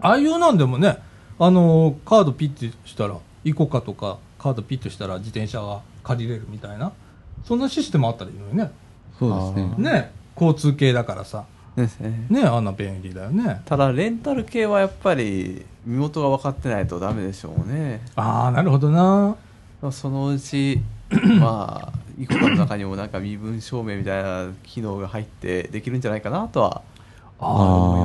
S1: ああいうなんでもね、あのーカードピッてしたら、イコカとか、カードピッてしたら自転車が借りれるみたいな、そんなシステムあったらいいのにね。
S5: そうですね。
S1: ね、交通系だからさ、
S2: ですね。
S1: ね、あんな便利だよね。
S2: ただ、レンタル系はやっぱり、身元が分かってないとダメでしょうね。
S1: ああ、なるほどな。
S2: その
S1: (clears throat)
S2: うち、まあ、イコカの中にもなんか身分証明みたいな機能が入ってできるんじゃないかなとは、
S1: あ
S5: あ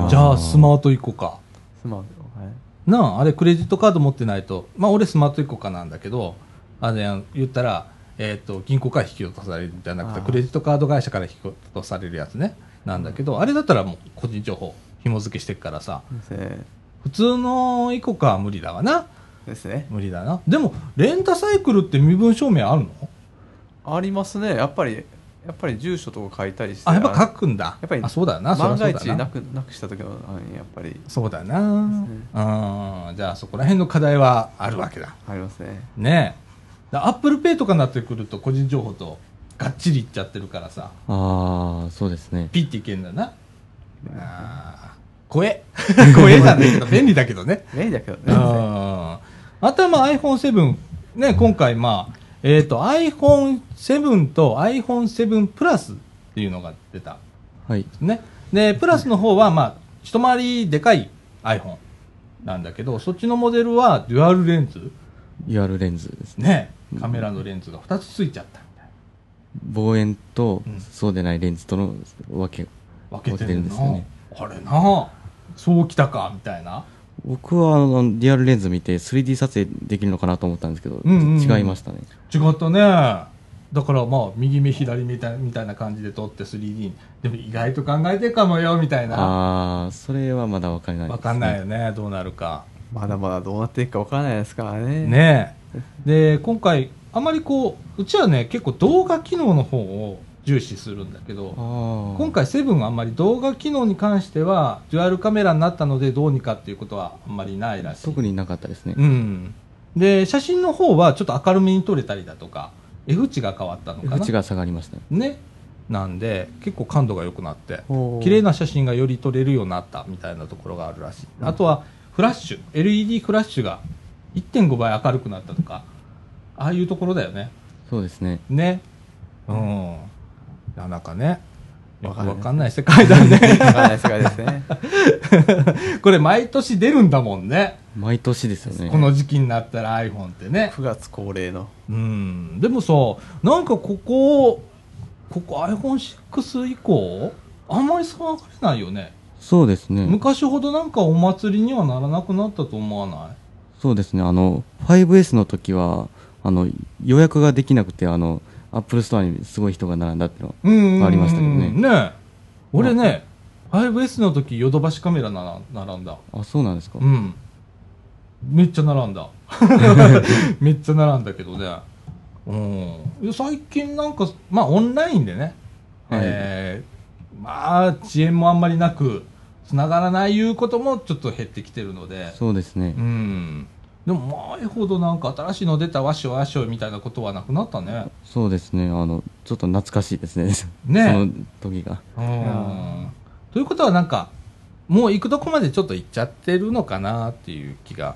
S1: あ、
S5: ー
S1: じゃあスマートイコカ。
S2: スマート、はい。
S1: なあ、あれクレジットカード持ってないと、まあ俺スマートイコカなんだけど、あれ言ったら、えっ、と、銀行から引き落とされるんじゃなくて、
S2: あー
S1: クレジットカード会社から引き落とされるやつね、なんだけど、あれだったらもう個人情報紐付けしていくからさ、
S2: ですね。
S1: 普通のイコカは無理だわな。
S2: ですね。
S1: 無理だな。でも、レンタサイクルって身分証明あるの
S2: ありますね。やっぱり、やっぱり住所とか書いたりして。
S1: あ、やっぱ書くんだ。
S2: やっぱり
S1: あ、そうだよな。そりゃ
S2: 万
S1: そ
S2: が
S1: うだ
S2: 一な
S1: な。
S2: くなくした時のあのやっぱり
S1: そうだな。うん。じゃあ、そこら辺の課題はあるわけだ。
S2: ありますね
S1: ねえ。アップルペイとかになってくると、個人情報とがっちりいっちゃってるからさ、
S5: ああ、そうですね。
S1: ピッていけるんだな。あー怖え。怖えなんだけど、便利だけどね。
S2: (laughs) メインだけどね
S1: うん。頭 iPhone7、ね、今回、まあ、えっ、と、iPhone7 と iPhone7 プラスっていうのが出たん
S5: はい
S1: ですね。で、プラスの方は、まあ、一回りでかい iPhone なんだけど、そっちのモデルはデュアルレンズ
S5: UR レンズですね
S1: ね、カメラのレンズが2つついちゃったみたい
S5: 望遠と
S1: うん
S5: そうでないレンズとの分け
S1: な。分けて
S5: 分けてる
S1: る
S5: ん
S1: で
S5: ですす
S1: よ
S5: よ
S1: ね
S5: ね。
S1: あれなそうきたか、みたいな。
S5: 僕はあのリアルレンズ見て 3D 撮影できるのかなと思ったんですけど、
S1: んうんうん
S5: 違いましたね
S1: 違ったね。だからまあ、右目左目みたいみたいな感じで撮って 3D。でも意外と考えてるかもよ、みたいな。
S5: ああそれはまだ分かんないで
S1: わ
S5: す、ね、
S1: かんないよね、どうなるか。
S2: まだまだどうなっていくかわからないですからね。
S1: ねえ。で、今回、あまりこう、うちはね、結構動画機能の方を重視するんだけど、
S5: あ
S1: 今回セブンはあんまり動画機能に関しては、デュアルカメラになったのでどうにかっていうことはあんまりないらしい。
S5: 特になかったですね、
S1: うん。で、写真の方はちょっと明るめに撮れたりだとか、F 値が変わったのかな。
S5: F 値が下がりましたね
S1: ね。なんで、結構感度が良くなって、綺麗な写真がより撮れるようになったみたいなところがあるらしい。あとは、フラッシュ、LED フラッシュが1.5倍明るくなったとか、ああいうところだよね。
S5: そうですね
S1: ね。うん。いや、なんかね、よくわかんない世界だね。
S2: わからない世界ですね。
S1: (laughs) これ毎年出るんだもんね。
S5: 毎年ですよね
S1: この時期になったら iPhone ってね。
S2: 9月恒例の。
S1: うん。でもさ、なんかここ、ここ iPhone6 以降、あんまり騒がれないよね。
S5: そうですね
S1: 昔ほどなんかお祭りにはならなくなったと思わない
S5: そうですねあの 5S の時はあの予約ができなくてあのアップルストアにすごい人が並んだっていうの
S1: うんうんうんうん
S5: ありましたけどね
S1: ねえ俺ね、5S の時ヨドバシカメラなら並んだ
S5: あそうなんですか、
S1: うんめっちゃ並
S5: (laughs)
S1: んだめっちゃ並んだけどねうん最近なんかまあオンラインでね、
S5: はい
S1: えーまあ遅延もあんまりなくつながらないいうこともちょっと減ってきてるので
S5: そうですね
S1: うんでも前ほどなんか新しいの出たわっしょいわっしょいみたいなことはなくなったね
S5: そうですねあのちょっと懐かしいですねその
S1: ね
S5: 時が
S1: うんということはなんかもう行くとこまでちょっと行っちゃってるのかなっていう気が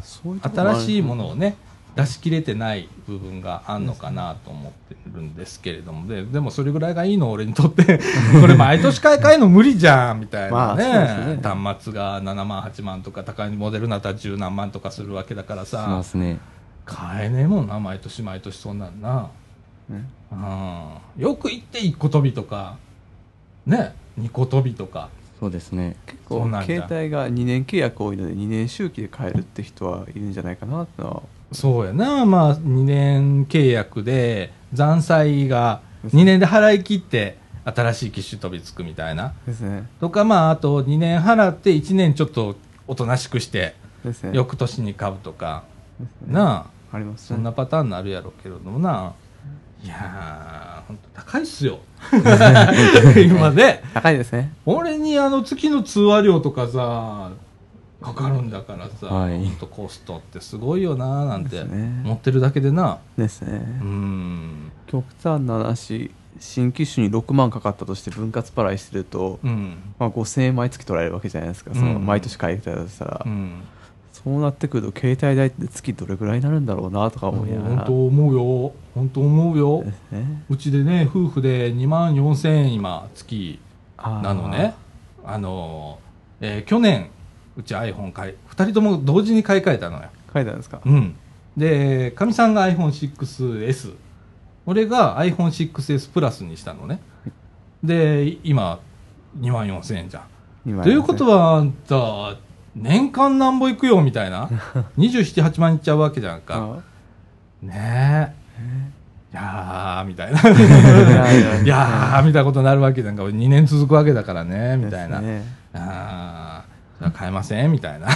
S1: 新しいものをね出し切れてない部分があんのかなと思ってるんですけれどもででもそれぐらいがいいの俺にとって (laughs) これ毎年買い替えの無理じゃんみたいなね,、
S2: まあそうですね
S1: 端末が7万8万とか高いモデルになったら10何万とかするわけだから
S5: し
S1: さ
S5: ますね
S1: 買えねえもんな毎年毎年そんなんな、
S2: ね
S1: うん、よく行って1個飛びとかね2個飛びとか
S5: そうですね
S2: 結
S1: そ
S2: 構
S1: うなんだ
S2: 携帯が2年契約多いので2年周期で買えるって人はいるんじゃないかなってのは
S1: そうやなまあ2年契約で残債が2年で払い切って新しい機種飛びつくみたいな
S2: ですね。
S1: とかまああと2年払って1年ちょっとおとなしくして
S2: ですね。
S1: 翌年に買うとか
S2: ですね
S1: なあ
S2: あります
S1: そ
S2: ね。
S1: んなパターンになるやろうけれどもな。いやー、ほんと高いっすよ。今ね。
S2: 高いですね。
S1: 俺にあの月の通話料とかさ、かかるんだからさ、
S5: はい
S1: ほんとコストってすごいよなーなんて
S2: ですね
S1: 思ってるだけでな。
S2: です
S1: うー
S2: ね。
S1: ん。
S2: 極端な話、新機種に6万かかったとして分割払いしてると、
S1: うん。
S2: まあ、5000円毎月取られるわけじゃないですか。
S1: うん
S2: その毎年買い替えたとしたら、
S1: うん。
S2: そうなってくると携帯代って月どれぐらいになるんだろうなとか
S1: ほ
S2: 思いなが
S1: ん
S2: ら。
S1: と思うよ。ほんと思うよ
S2: で。すね。
S1: うちでね、夫婦で2万4000円今、月
S2: あー
S1: なのね。。あのー、えー去年、うち iPhone 買い、2人とも同時に買い替えたのよ。
S2: 書いてあるんですか。
S1: うん。で、かみさんが iPhone6S。俺が iPhone6S プラスにしたのね。で、今、2万4千円じゃん。ということ
S2: は、
S1: は、あんた、年間なんぼいくよ、みたい
S2: (laughs)
S1: な。27、8万いっちゃうわけじゃんか。
S2: あ
S1: ねえ。いやー、みたいな。
S2: (laughs) いや
S1: いやー、 (laughs) みたいなことになるわけじゃんか。2年続くわけだからね、みたいな。
S2: ですね
S1: ああ、じゃあ買えませんみたい
S2: (laughs)
S1: な。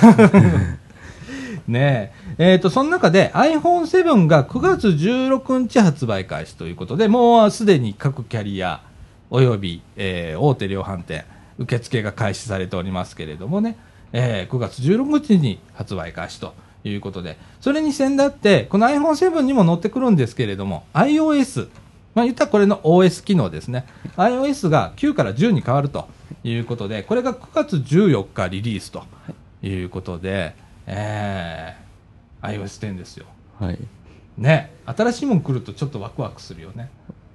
S1: ねえ。えっ、と、その中で iPhone7 が9月16日発売開始ということで、もうすでに各キャリア及び、えー大手量販店、受付が開始されておりますけれどもね、えー9月16日に発売開始ということで、それに先立って、この iPhone7 にも載ってくるんですけれども、iOS、まあ、言ったらこれの OS 機能ですね。iOS が9から10に変わるということで、これが9月14日リリースということで、え iOS10 ですよ。
S5: はい。
S1: ね、新しいもん来るとちょっとワクワクするよね。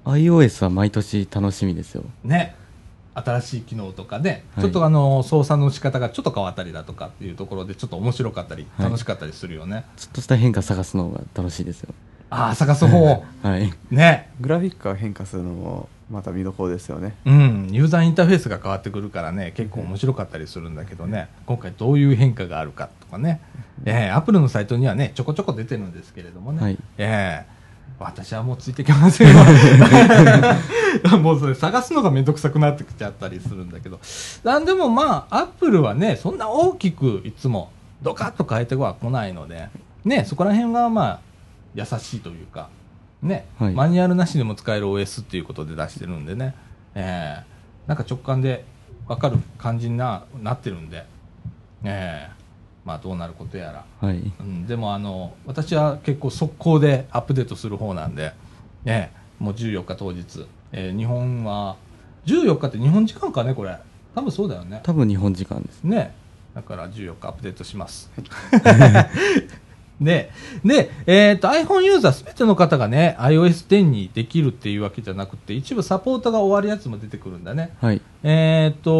S5: iOS は毎年楽しみですよ。
S1: ね、新しい機能とかね、
S5: はい
S1: ちょっとあの操作の仕方がちょっと変わったりだとかっていうところで、ちょっと面白かったり、
S5: はい
S1: 楽しかったりするよね。
S5: ちょっとした変化探すのが楽しいですよ。
S1: ああ、探す
S5: (laughs)
S1: 方、
S5: はい。
S1: ね、
S4: グラフィックが変化するのもまた見どころですよね
S1: うん、ユーザーインターフェースが変わってくるからね、結構面白かったりするんだけどね、今回どういう変化があるかとかね、えー、アップルのサイトにはね、ちょこちょこ出てるんですけれどもね、
S5: はい
S1: えー私はもうついてきませんよ。もうそれ探すのがめんどくさくなってきちゃったりするんだけど、なんでもまあ、アップルはね、そんな大きくいつもドカッと変えては来ないので、ね、そこら辺がまあ、優しいというか、ね、
S5: はい
S1: マニュアルなしでも使える OS っていうことで出してるんでね、えーなんか直感で分かる感じにななってるんで、えーまあどうなることやら、
S5: はい。
S1: うん、でもあの私は結構速攻でアップデートする方なんで、ね、もう14日当日、えー日本は14日って日本時間かねこれ多分そうだよね
S5: 多分日本時間です。
S1: ねだから14日アップデートし
S5: (laughs)
S1: ます。で、で、えっ、と、iPhone ユーザーすべての方がね、iOS10 にできるっていうわけじゃなくて、一部サポートが終わるやつも出てくるんだね。
S5: はい。
S1: えっ、と、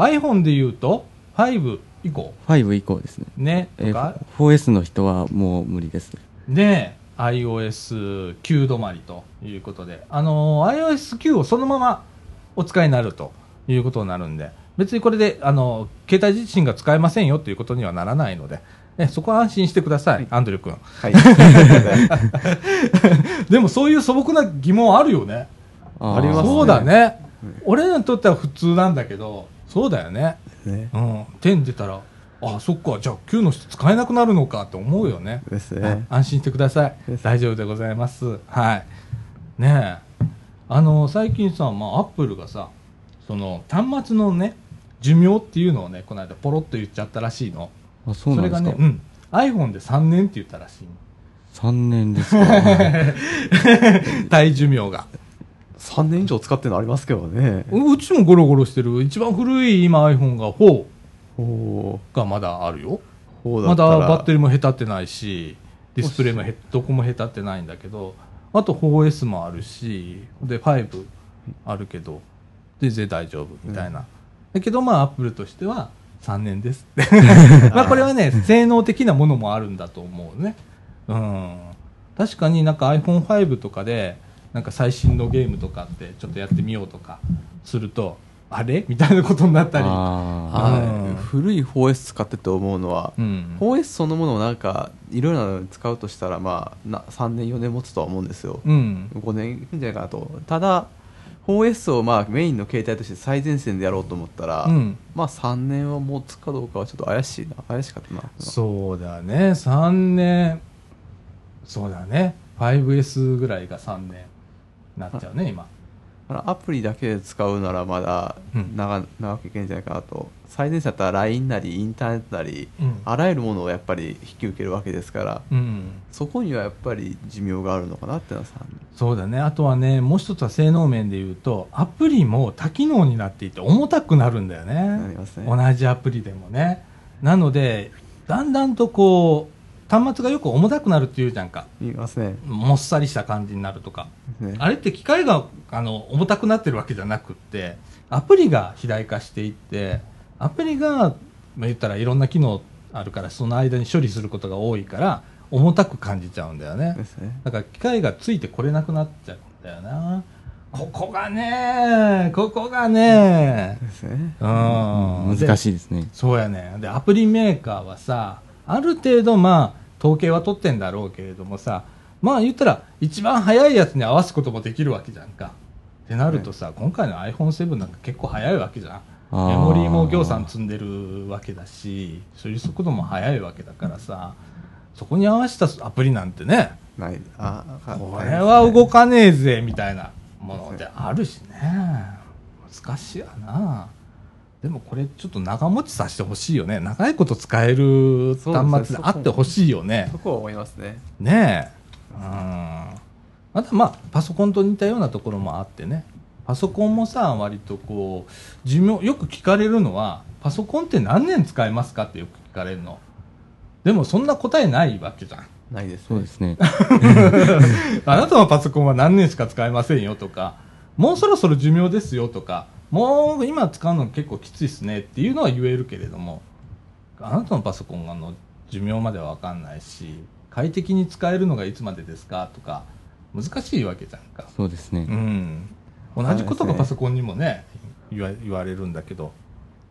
S1: iPhone で言うと、5以降、
S5: 5以降ですね。
S1: ね、
S5: え
S1: と
S5: ー
S1: か、、
S5: 4S の人はもう無理です。
S1: で、iOS9 止まりということで、あのー iOS9 をそのままお使いになるということになるんで、別にこれで、あのー携帯自身が使えませんよということにはならないので、ね、そこは安心してください、アンドリュー君。 (laughs)
S4: はいあ
S1: でもそういう素朴な疑問あるよね。
S5: あー
S4: ります
S1: そうだね。俺らにとっては普通なんだけど、そうだよね。
S4: ね
S1: うん。10出たら、あ、そっか、じゃあ9の人使えなくなるのかって思うよね。
S4: (laughs) です
S1: は
S4: ね
S1: い安心してください
S4: です
S1: 大丈夫でございますはいねえあの最近さ、まあ、アップルがさその端末のね寿命っていうのをねこの間ポロッと言っちゃったらしいの
S5: あ、そうなんですか。
S1: れがね、うん、iPhone で3年って言ったら
S5: (laughs)
S1: しいの
S5: 3年ですか。
S1: 大寿命が
S4: 3年以上使ってるのありますけどね
S1: ううちもゴロゴロしてる一番古い今 iPhone が4
S4: おお
S1: がまだあるよ
S4: ほうだ
S1: ま
S4: った
S1: だ
S4: ら
S1: バッテリーもへたってないしディスプレイもへどこもへたってないんだけどあと 4S もあるしで5あるけど全然大丈夫みたいな、だけどまあアップルとしては3年です
S4: (laughs)
S1: ってまあこれはね性能的なものもあるんだと思うねうん確かになんか iPhone5 とかでなんか最新のゲームとかってちょっとやってみようとかするとあれみたいなことになったり
S5: あ
S4: はい
S1: うん
S4: 古い 4S 使ってて思うのは、
S1: うん
S4: 4S そのものをなんかいろいろなのに使うとしたらまあな3年4年持つとは思うんですよ、
S1: うん
S4: 5年いくんじゃないかなとただ 4S をまあメインの携帯として最前線でやろうと思ったら、
S1: うん
S4: まあ3年は持つかどうかはちょっと怪しいな怪しかったな
S1: そうだね3年そうだね 5S ぐらいが3年なっちゃうね今
S4: あのアプリだけで使うならまだ
S1: うん
S4: 長,、長くいけんじゃないかなと最前線だったら LINE なりインターネットなり、
S1: うん
S4: あらゆるものをやっぱり引き受けるわけですから
S1: うん
S4: そこにはやっぱり寿命があるのかなってのは3年
S1: そうだねあとはねもう一つは性能面で言うとアプリも多機能になっていて重たくなるんだよね
S4: なりますね
S1: 同じアプリでもねなのでだんだんとこう端末がよく重たくなるっていうじゃんか
S4: いますね
S1: もっさりした感じになるとか
S4: ね
S1: あれって機械があの重たくなってるわけじゃなくってアプリが肥大化していってアプリが、まあ、言ったらいろんな機能あるからその間に処理することが多いから重たく感じちゃうんだよね
S4: ですね
S1: だから機械がついてこれなくなっちゃうんだよなここがねここがね
S4: ですね
S1: う
S5: あ。
S1: ん
S5: 難しいですね。
S1: そうやねでアプリメーカーはさある程度まあ統計は取ってんだろうけれどもさまあ言ったら一番早いやつに合わすこともできるわけじゃんかってなるとさ、今回の iPhone7 なんか結構早いわけじゃんメ
S5: あー
S1: モリーも行さん積んでるわけだし処理速度も速いわけだからさそこに合わせたアプリなんてね
S4: ないああ
S1: これは動かねえぜみたいなものであるしね難しいやなでもこれちょっと長持ちさせてほしいよね長いこと使える端末であってほしいよね
S4: そこは思いますね
S1: ねえうんあとはまあパソコンと似たようなところもあってねパソコンもさ割とこう寿命よく聞かれるのはパソコンって何年使えますかってよく聞かれるのでもそんな答えないわけじゃん。
S6: ないです
S5: そうで
S1: (laughs)
S5: すね。
S1: あなたのパソコンは何年しか使えませんよとか、もうそろそろ寿命ですよとか、もう今使うの結構きついっすねっていうのは言えるけれども、あなたのパソコンがあの寿命まではわかんないし、快適に使えるのがいつまでですかとか、難しいわけじゃんか。
S5: そうです
S1: う
S5: ね。
S1: ん。同じことがパソコンにもね、言わ言われるんだけど、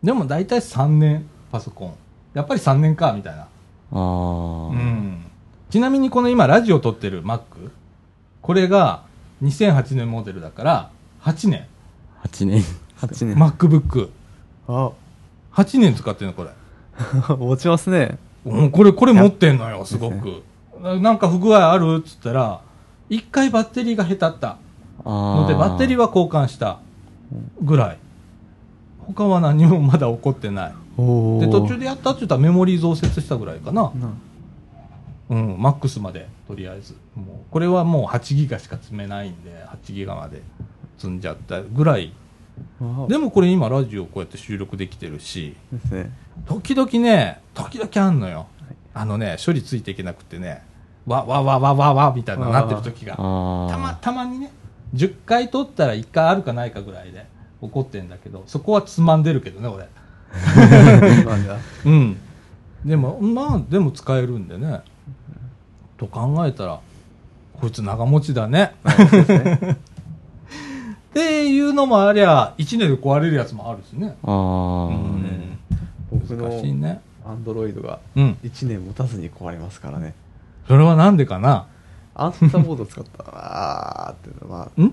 S1: でも大体3年、パソコン。やっぱり3年か、みたいな。
S5: ああ、
S1: うん、ちなみにこの今ラジオ撮ってる Mac これが2008年モデルだから8年
S5: 8年。
S6: 8年
S1: MacBook8
S4: (laughs)
S6: あ
S1: 年使ってるのこれ、
S6: 落ちますね
S1: うん、これこれ持ってんのよすごく (laughs) ななんか不具合あるっつったら1回バッテリーがへたった
S5: あ
S1: の
S5: あ。
S1: でバッテリー
S5: は
S1: は交換したぐらい他は何もまだ起こってない
S6: お
S1: で途中
S6: で
S1: でやったって言ったらメモリー増設したぐらいかなうん、マックスまで、とりあえず。もう、これはもう8ギガしか積めないんで、8ギガまで積んじゃったぐらい。でもこれ今ラジオこうやって収録できてるし、
S6: です
S1: (laughs)
S6: ね
S1: 時々ね、時々あんのよ。あのね、処理ついていけなくてね、わ、わ、わ、わ、わ、わ、みたいななってる時が。
S5: ああ。
S1: たま、たまにね、10回撮ったら1回あるかないかぐらいで怒ってんだけど、そこはつまんでるけどね、俺。うん。でも、まあ、でも使えるんでね。と考えたら、こいつ長持ちだね。 (laughs) っていうのもありゃ、1年で壊れるやつもあるしね。
S5: ああ、
S1: うん
S2: 僕
S1: 難しい
S2: の
S1: ね。
S2: アンドロイドが
S1: うん。
S2: 1年持たずに壊れますからね
S1: それはなんでかな
S2: アンサーボード使ったら (laughs) あーっていうのは
S1: ん
S2: ちょっ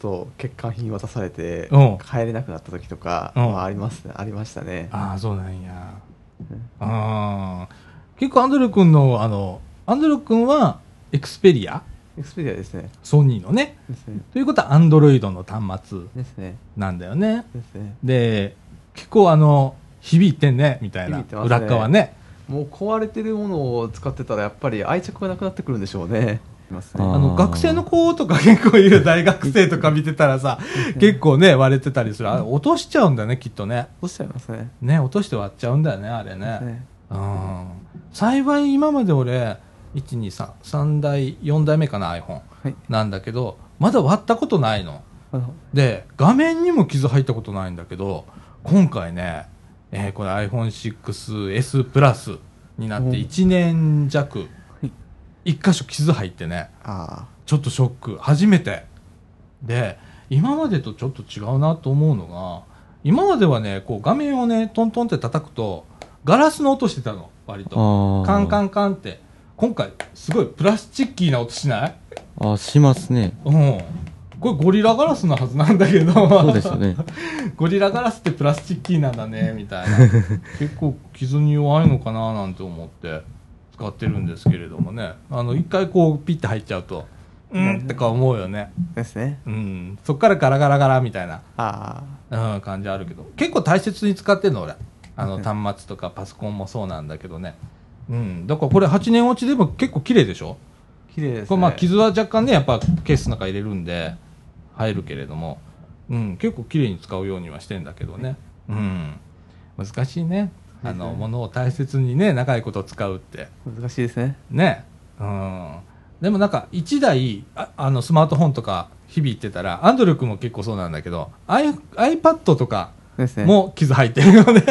S2: と欠陥品渡されて
S1: うん
S2: 帰れなくなった時とか、
S1: うん
S2: まあ、ありますねありましたね
S1: ああ、そうなんや。あー結構アンドル君の、あの、アンドル君は、エクスペリア
S2: エクスペリアですね
S1: ソニーのね。
S2: ですね
S1: ということは、アンドロイドの端末
S2: ですね
S1: なんだよね。
S2: ですね
S1: で、結構あの、響いてんね、みたいな。
S2: 響いてますね
S1: 裏っ側ね。
S2: もう壊れてるものを使ってたらやっぱり愛着がなくなってくるんでしょうねいますね
S5: あー
S1: あの、学生の子とか結構いる大学生とか見てたら
S2: (laughs)
S1: さ、結構ね、割れてたりする。あれ落としちゃうんだね、きっとね。
S2: 落ちちゃいますね
S1: ね、落として割っちゃうんだよね、あれね。
S2: ね
S1: うん。幸い今まで俺、1、2、3、3代、4代目かな、iPhone
S2: はい。
S1: なんだけど、まだ割ったことないの。
S2: あの
S1: で、画面にも傷入ったことないんだけど、今回ね、えーこれ iPhone6S プラスになって1年弱、1箇所傷入ってね、
S2: あ
S1: ちょっとショック、初めて。で、今までとちょっと違うなと思うのが、今まではね、こう画面をね、トントンって叩くと、ガラスの音してたの、割と。
S5: ああ。
S1: カンカ
S5: ン。
S1: ンカンって。今回、すごいプラスチッキーな音しない
S5: ああ、しますね。
S1: うん。これゴリラガラスのはずなんだけど。そ
S5: そうですよ
S1: (laughs)
S5: ね。
S1: ゴリラガラスってプラスチッキーなんだ (laughs) ねみたいな結構傷に弱いのかななんて思って使ってるんですけれどもねあの一回こうピッて入っちゃうとうんってか思うよね、
S2: あですね
S1: うん、そっからガラガラガラみたいな、
S2: ああ
S1: うん、感じあるけど結構大切に使ってるの俺あの端末とかパソコンもそうなんだけどね、うん、だからこれ8年落ちでも結構綺麗でしょ
S2: 綺麗ですね
S1: これまあ傷は若干ねやっぱケースの中入れるんで入るけれども、うん、結構綺麗に使うようにはしてんだけどね、うん、難しいねあの物を大切にね長いこと使うって
S2: 難しいですね
S1: ね、うん、でもなんか1台ああのスマートフォンとか響いてたらアンドル君も結構そうなんだけど I iPad とか
S2: ですね
S1: も傷入ってる
S2: (laughs)
S1: よね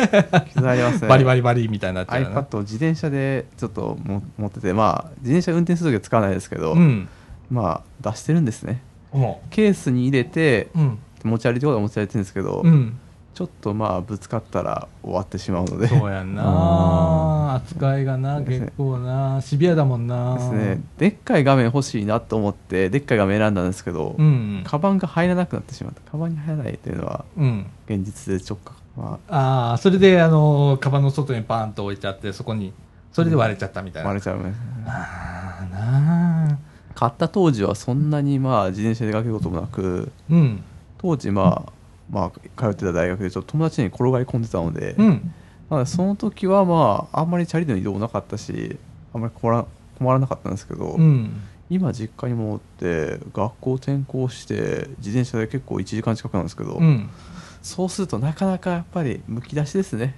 S2: 傷ありますね
S1: バリバリバリみたいになっちゃうよね
S2: iPad を自転車でちょっとも持っててまあ自転車運転する時は使わないですけど、
S1: うん
S2: まあ出してるんですね
S1: も
S2: ケースに入れて
S1: ううん
S2: 持ち歩いてことは持ち歩いてるんですけど、
S1: うん
S2: ちょっとまあぶつかったら終わってしまうので
S1: そうやんな
S5: あ
S1: 扱いがな結構なシビアだもんな
S2: ですねでっかい画面欲しいなと思ってでっかい画面選んだんですけど、
S1: うん
S2: カバンが入らなくなってしまったカバンに入らないというのは
S1: うん
S2: 現実で直感ま
S1: ああそれであのカバンの外にパーンと置いちゃってそこにそれで割れちゃったみた
S2: あ
S1: いな、
S2: 割れちゃうね
S1: ああなあ
S2: 買った当時はそんなにまあ自転車で出かけることもなく
S1: うん
S2: 当時まあまあ通ってた大学でちょっと友達に転がり込んでたので、
S1: うん
S2: なのでその時はまああんまりチャリでの移動もなかったしあんまり困ら困らなかったんですけど、
S1: うん
S2: 今実家に戻って学校転校して自転車で結構1時間近くなんですけど、
S1: うん (laughs)
S2: そうするとなかなかやっぱりむき出しですね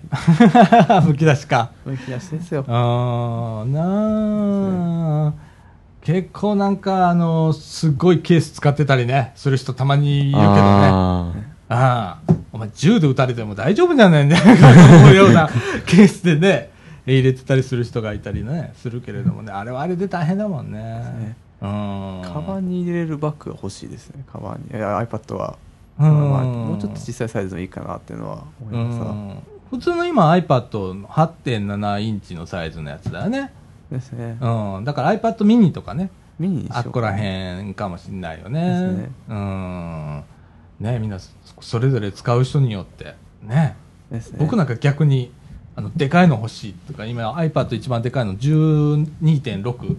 S2: (laughs)
S1: むき出しか。
S2: むき出しですよ
S1: あーなあ、結構なんかあのすごいケース使ってたりねする人たまにいるけどねあ
S5: あー
S1: あお前銃で撃たれても大丈夫じゃないんだよと思うようなケースでね入れてたりする人がいたりねするけれどもねあれはあれで大変だもんね
S2: ね
S1: うん
S2: カバンに入れるバッグが欲しいですねカバンにいや iPad は、
S1: うん
S2: まあもうちょっと小さいサイズのいいかなっていうのは思いうますわ
S1: ん普通の今 iPad の8.7インチのサイズのやつだよね、
S2: ですね
S1: うん、だから iPad mini とかね
S2: ミニにしよう
S1: あっこらへんかもしれないよね。
S2: ですね
S1: うん。ねみんなそそれぞれ使う人によって。ね
S2: ですね
S1: 僕なんか逆に、あの、でかいの欲しいとか、今 iPad 一番でかいの12.6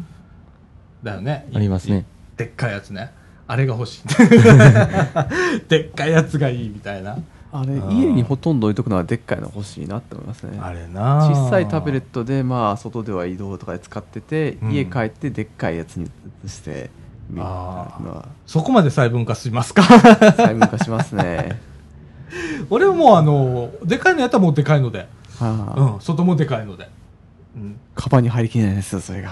S1: だよね。
S5: ありますね。
S1: でっかいやつね。あれが欲しい。
S2: (laughs)
S1: でっかいやつがいいみたいな。
S2: あれ
S1: あー
S2: 家にほとんど置いとくのはでっかいの欲しいなって思いますね
S1: あれな
S2: 小さいタブレットでまあ外では移動とかで使ってて、
S1: うん
S2: 家帰ってでっかいやつに移してみるの
S1: あー
S2: は
S1: そこまで細分化しますか
S2: (laughs) 細分化します (laughs) ね
S1: 俺はもうあの、でかいのやったらもうでかいので。
S2: はあ、
S1: うん、外もでかいので。うん。
S2: カバンに入りきれないですよそれが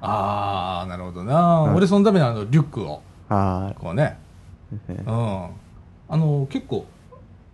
S1: ああ、なるほどな。
S2: うん
S1: 俺そのためにあの、リュックを、
S2: あ
S1: こうね、
S2: あ、ね
S1: うん。あの、結構、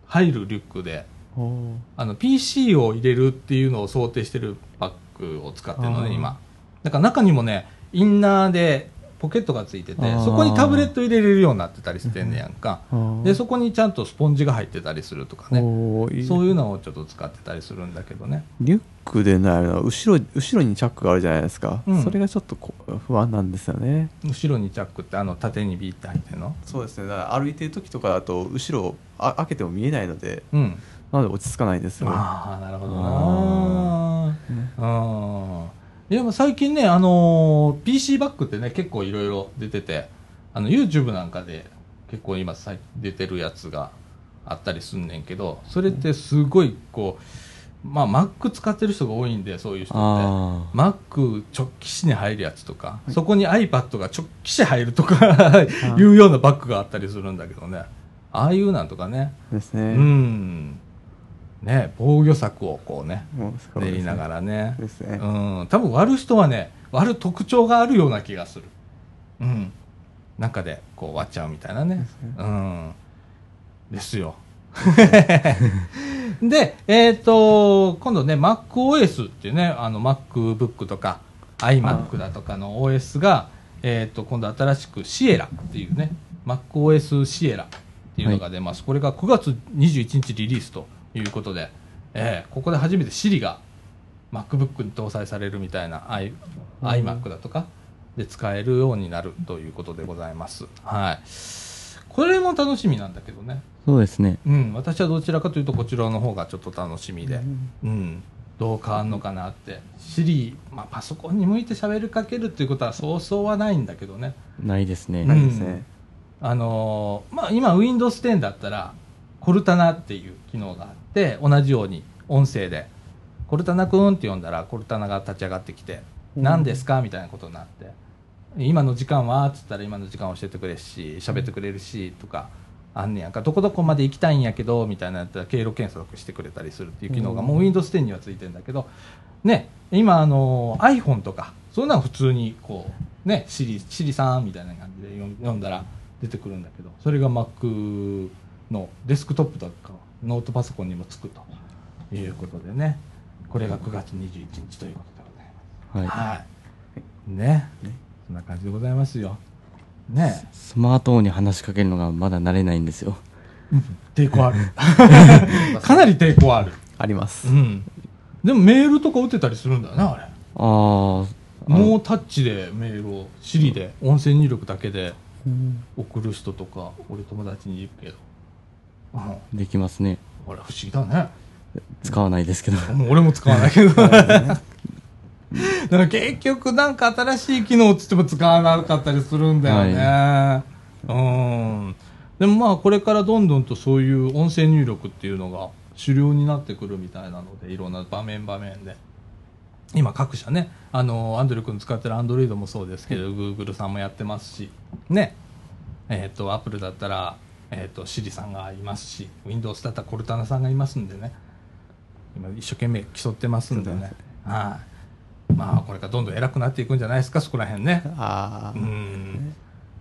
S1: 入るリュックで、
S2: おー
S1: あの、PC を入れるっていうのを想定してるバッグを使ってるの
S2: あ
S1: ね、
S2: ー
S1: 今。だから中にもね、インナーでポケットがついてて
S5: あ、ー
S1: そこにタブレット入れれるようになってたりしてんねやんか。
S2: あー
S1: で、そこにちゃんとスポンジが入ってたりするとかね。
S2: おーいい
S1: そういうのをちょっと使ってたりするんだけどね。
S2: リュックでないのは後ろ後ろにチャックがあるじゃないですか、
S1: うん
S2: それがちょっとこう不安なんですよね
S1: 後ろにチャックって、あの、縦にビーって入ってるの
S2: そうですねだから歩いてる時とかだと後ろあ開けても見えないので
S1: うん。
S2: なので落ち着かないんですよ
S1: ああなるほどなうんいやもう最近ねあのー PC バッグってね結構いろいろ出ててあの YouTube なんかで結構今さい出てるやつがあったりすんねんけどそれってすごいこうまあ Mac 使ってる人が多いんでそういう人って
S5: あ
S1: Mac 直帰しに入るやつとか、そこに iPad が直帰し入るとか (laughs) いうようなバッグがあったりするんだけどねああいうなんとかね
S2: です
S1: う
S2: ね、
S1: ん。ね、防御策をこうね、
S2: もうすごい
S1: 練
S2: ですね
S1: りながらね。
S2: です
S1: う
S2: ね、
S1: ん。多分割る人はね、割る特徴があるような気がする。うん。中でこう割っちゃうみたいなね。うん。ですよ。 (laughs) で、えっ、と、今度ね、MacOS っていうね、あの MacBook とか iMac だとかの OS が、えっ、と、今度新しくシエラっていうね、MacOS シエラっていうのが出ます。これが9月21日リリースということで、えーここで初めて Siri が MacBook に搭載されるみたいな i- iMac だとかで使えるようになるということでございます。はい。これも楽しみなんだけどね。
S5: そうですね。
S1: うん、私はどちらかというとこちらの方がちょっと楽しみで、うん、どう変わるのかなって、シリ、まあ、パソコンに向いて喋りかけるっていうことはそうそうはないんだけどね、
S5: ないですね。
S1: うん
S2: ですね
S1: あのーまあ、今、Windows 10だったら、コルタナっていう機能があって、同じように音声で、コルタナくんって呼んだら、コルタナが立ち上がってきて、何ですかみたいなことになって、今の時間はっつったら、今の時間教えてくれるし、喋ってくれるしとか、あんねやんか、どこどこまで行きたいんやけどみたいなやったら、経路検索してくれたりするっていう機能が、もう Windows 10にはついてんだけど、ね、今、あの iPhone とか、そういうのは普通にこう、ね、シリ、シリさんみたいな感じで読ん読んだら出てくるんだけど、それが Mac のデスクトップとか、ノートパソコンにもつくということでね、これが9月21日ということでござい
S5: はい
S1: ます。。はい。ね。そんな感じでございますよ。ね。
S5: スマートフォンに話しかけるのがまだ慣れないんですよ。
S1: 抵抗ある。 (laughs) かなり抵抗ある。
S2: ありま
S1: う
S2: す、
S1: ん。でもメールとか打てたりするんだよな、あれ。
S5: ああ、
S1: もうタッチでメールを Siri で音声入力だけで送る人とか俺友達にいるけど、うん、あれ
S5: できますね。
S1: 不思議だね
S5: 使わないですけど。
S1: もう俺も使わないけどだから結局なんか新しい機能っつっても使わなかったりするんだよね、うんでもまあこれからどんどんとそういう音声入力っていうのが主流になってくるみたいなのでいろんな場面場面で今各社ねあのアンドリュ君使ってるアンドロイドもそうですけど、グーグルさんもやってますしねえっ、とアップルだったら、ええっ、と、シリさんがいますし、Windows だったらコルタナさんがいますんでね。今、一生懸命競ってますんでね。はい。まあ、これからどんどん偉くなっていくんじゃないですか、そこら辺ね。
S2: あ
S1: う
S2: あ、
S1: ん。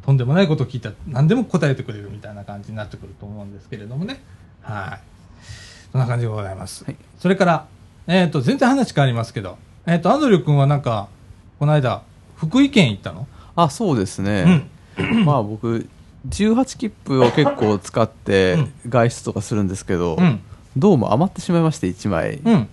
S1: とんでもないことを聞いたら何でも答えてくれるみたいな感じになってくると思うんですけれどもね。はい。そんな感じでございます。
S2: はい
S1: それから、えっ、と、全然話変わりますけど、えっ、と、アンドリュー君はなんか、この間、福井県行ったの
S2: あそうですね、まあ僕18切符を結構使って外出とかするんですけど、
S1: うん。
S2: どうも余ってしまいまして1枚、
S1: うん。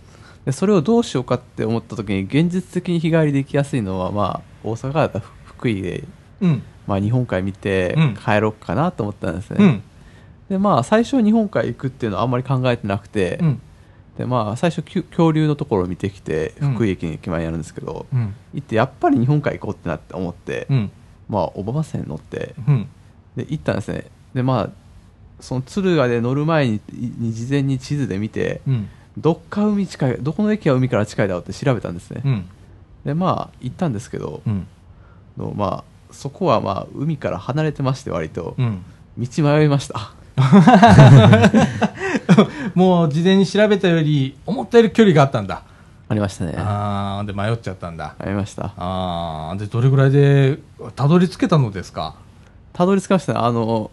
S2: でそれをどうしようかって思った時に現実的に日帰りできやすいのはまあ大阪だったら福井で、
S1: うん。
S2: まあ、日本海見て
S1: うん
S2: 帰ろうかなと思ったんですね、
S1: うん。
S2: でまあ最初日本海行くっていうのはあんまり考えてなくて、
S1: うん。
S2: でまあ最初きゅ恐竜のところを見てきて
S1: うん
S2: 福井駅に駅前にあるんですけど、
S1: うん。
S2: 行ってやっぱり日本海行こうってなって思って、
S1: うん。
S2: まあ小浜線乗って
S1: うん。
S2: で行ったんですねでまあその敦賀で乗る前にに事前に地図で見て、
S1: うん。
S2: どっか海近いどこの駅が海から近いだろうって調べたんですね、
S1: うん。
S2: でまあ行ったんですけど、
S1: うん。
S2: のまあそこはまあ海から離れてまして割と
S1: うん。
S2: 道迷いました、
S1: もう事前に調べたより、思ったより距離があったんだ。
S2: ありましたね (laughs) あ
S1: あー、で迷っちゃったんだ。
S2: りました
S1: あーでどれぐらいでたどり着けたのですか
S2: たどり着きましたねあの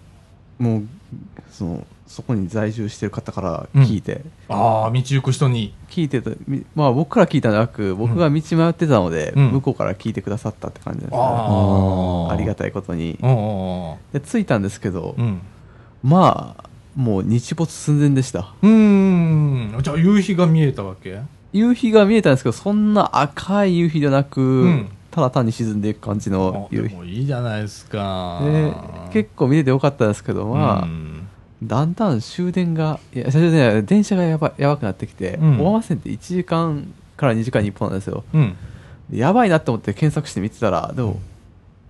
S2: もうそのそこに在住してる方から聞いて、
S1: ああ道行く人に
S2: 聞いてたみまあ僕から聞いたんじゃなく僕が道迷ってたので、
S1: うん
S2: 向こうから聞いてくださったって感じですね、
S1: あ
S2: ありが
S1: と
S2: たいことに
S1: うんうん
S2: で着いたんですけど、
S1: うん
S2: まあもう日没寸前でした
S1: うんうーんじゃあ夕日が見えたわけ
S2: 夕日が見えたんですけどそんな赤い夕日じゃなく、
S1: ん
S2: ただ単に沈んでいく感じ
S1: あ
S2: の夕
S1: で
S2: 日
S1: もいいじゃないですか
S2: で結構見れてよかったんですけど、
S1: 構
S2: まあだんだん終電がいや終電じゃない電車がやばやばくなってきて、
S1: うん
S2: 大浜線って1時間から2時間に1本なんですよ
S1: うん
S2: でやばいなと思って検索して見てたらでも、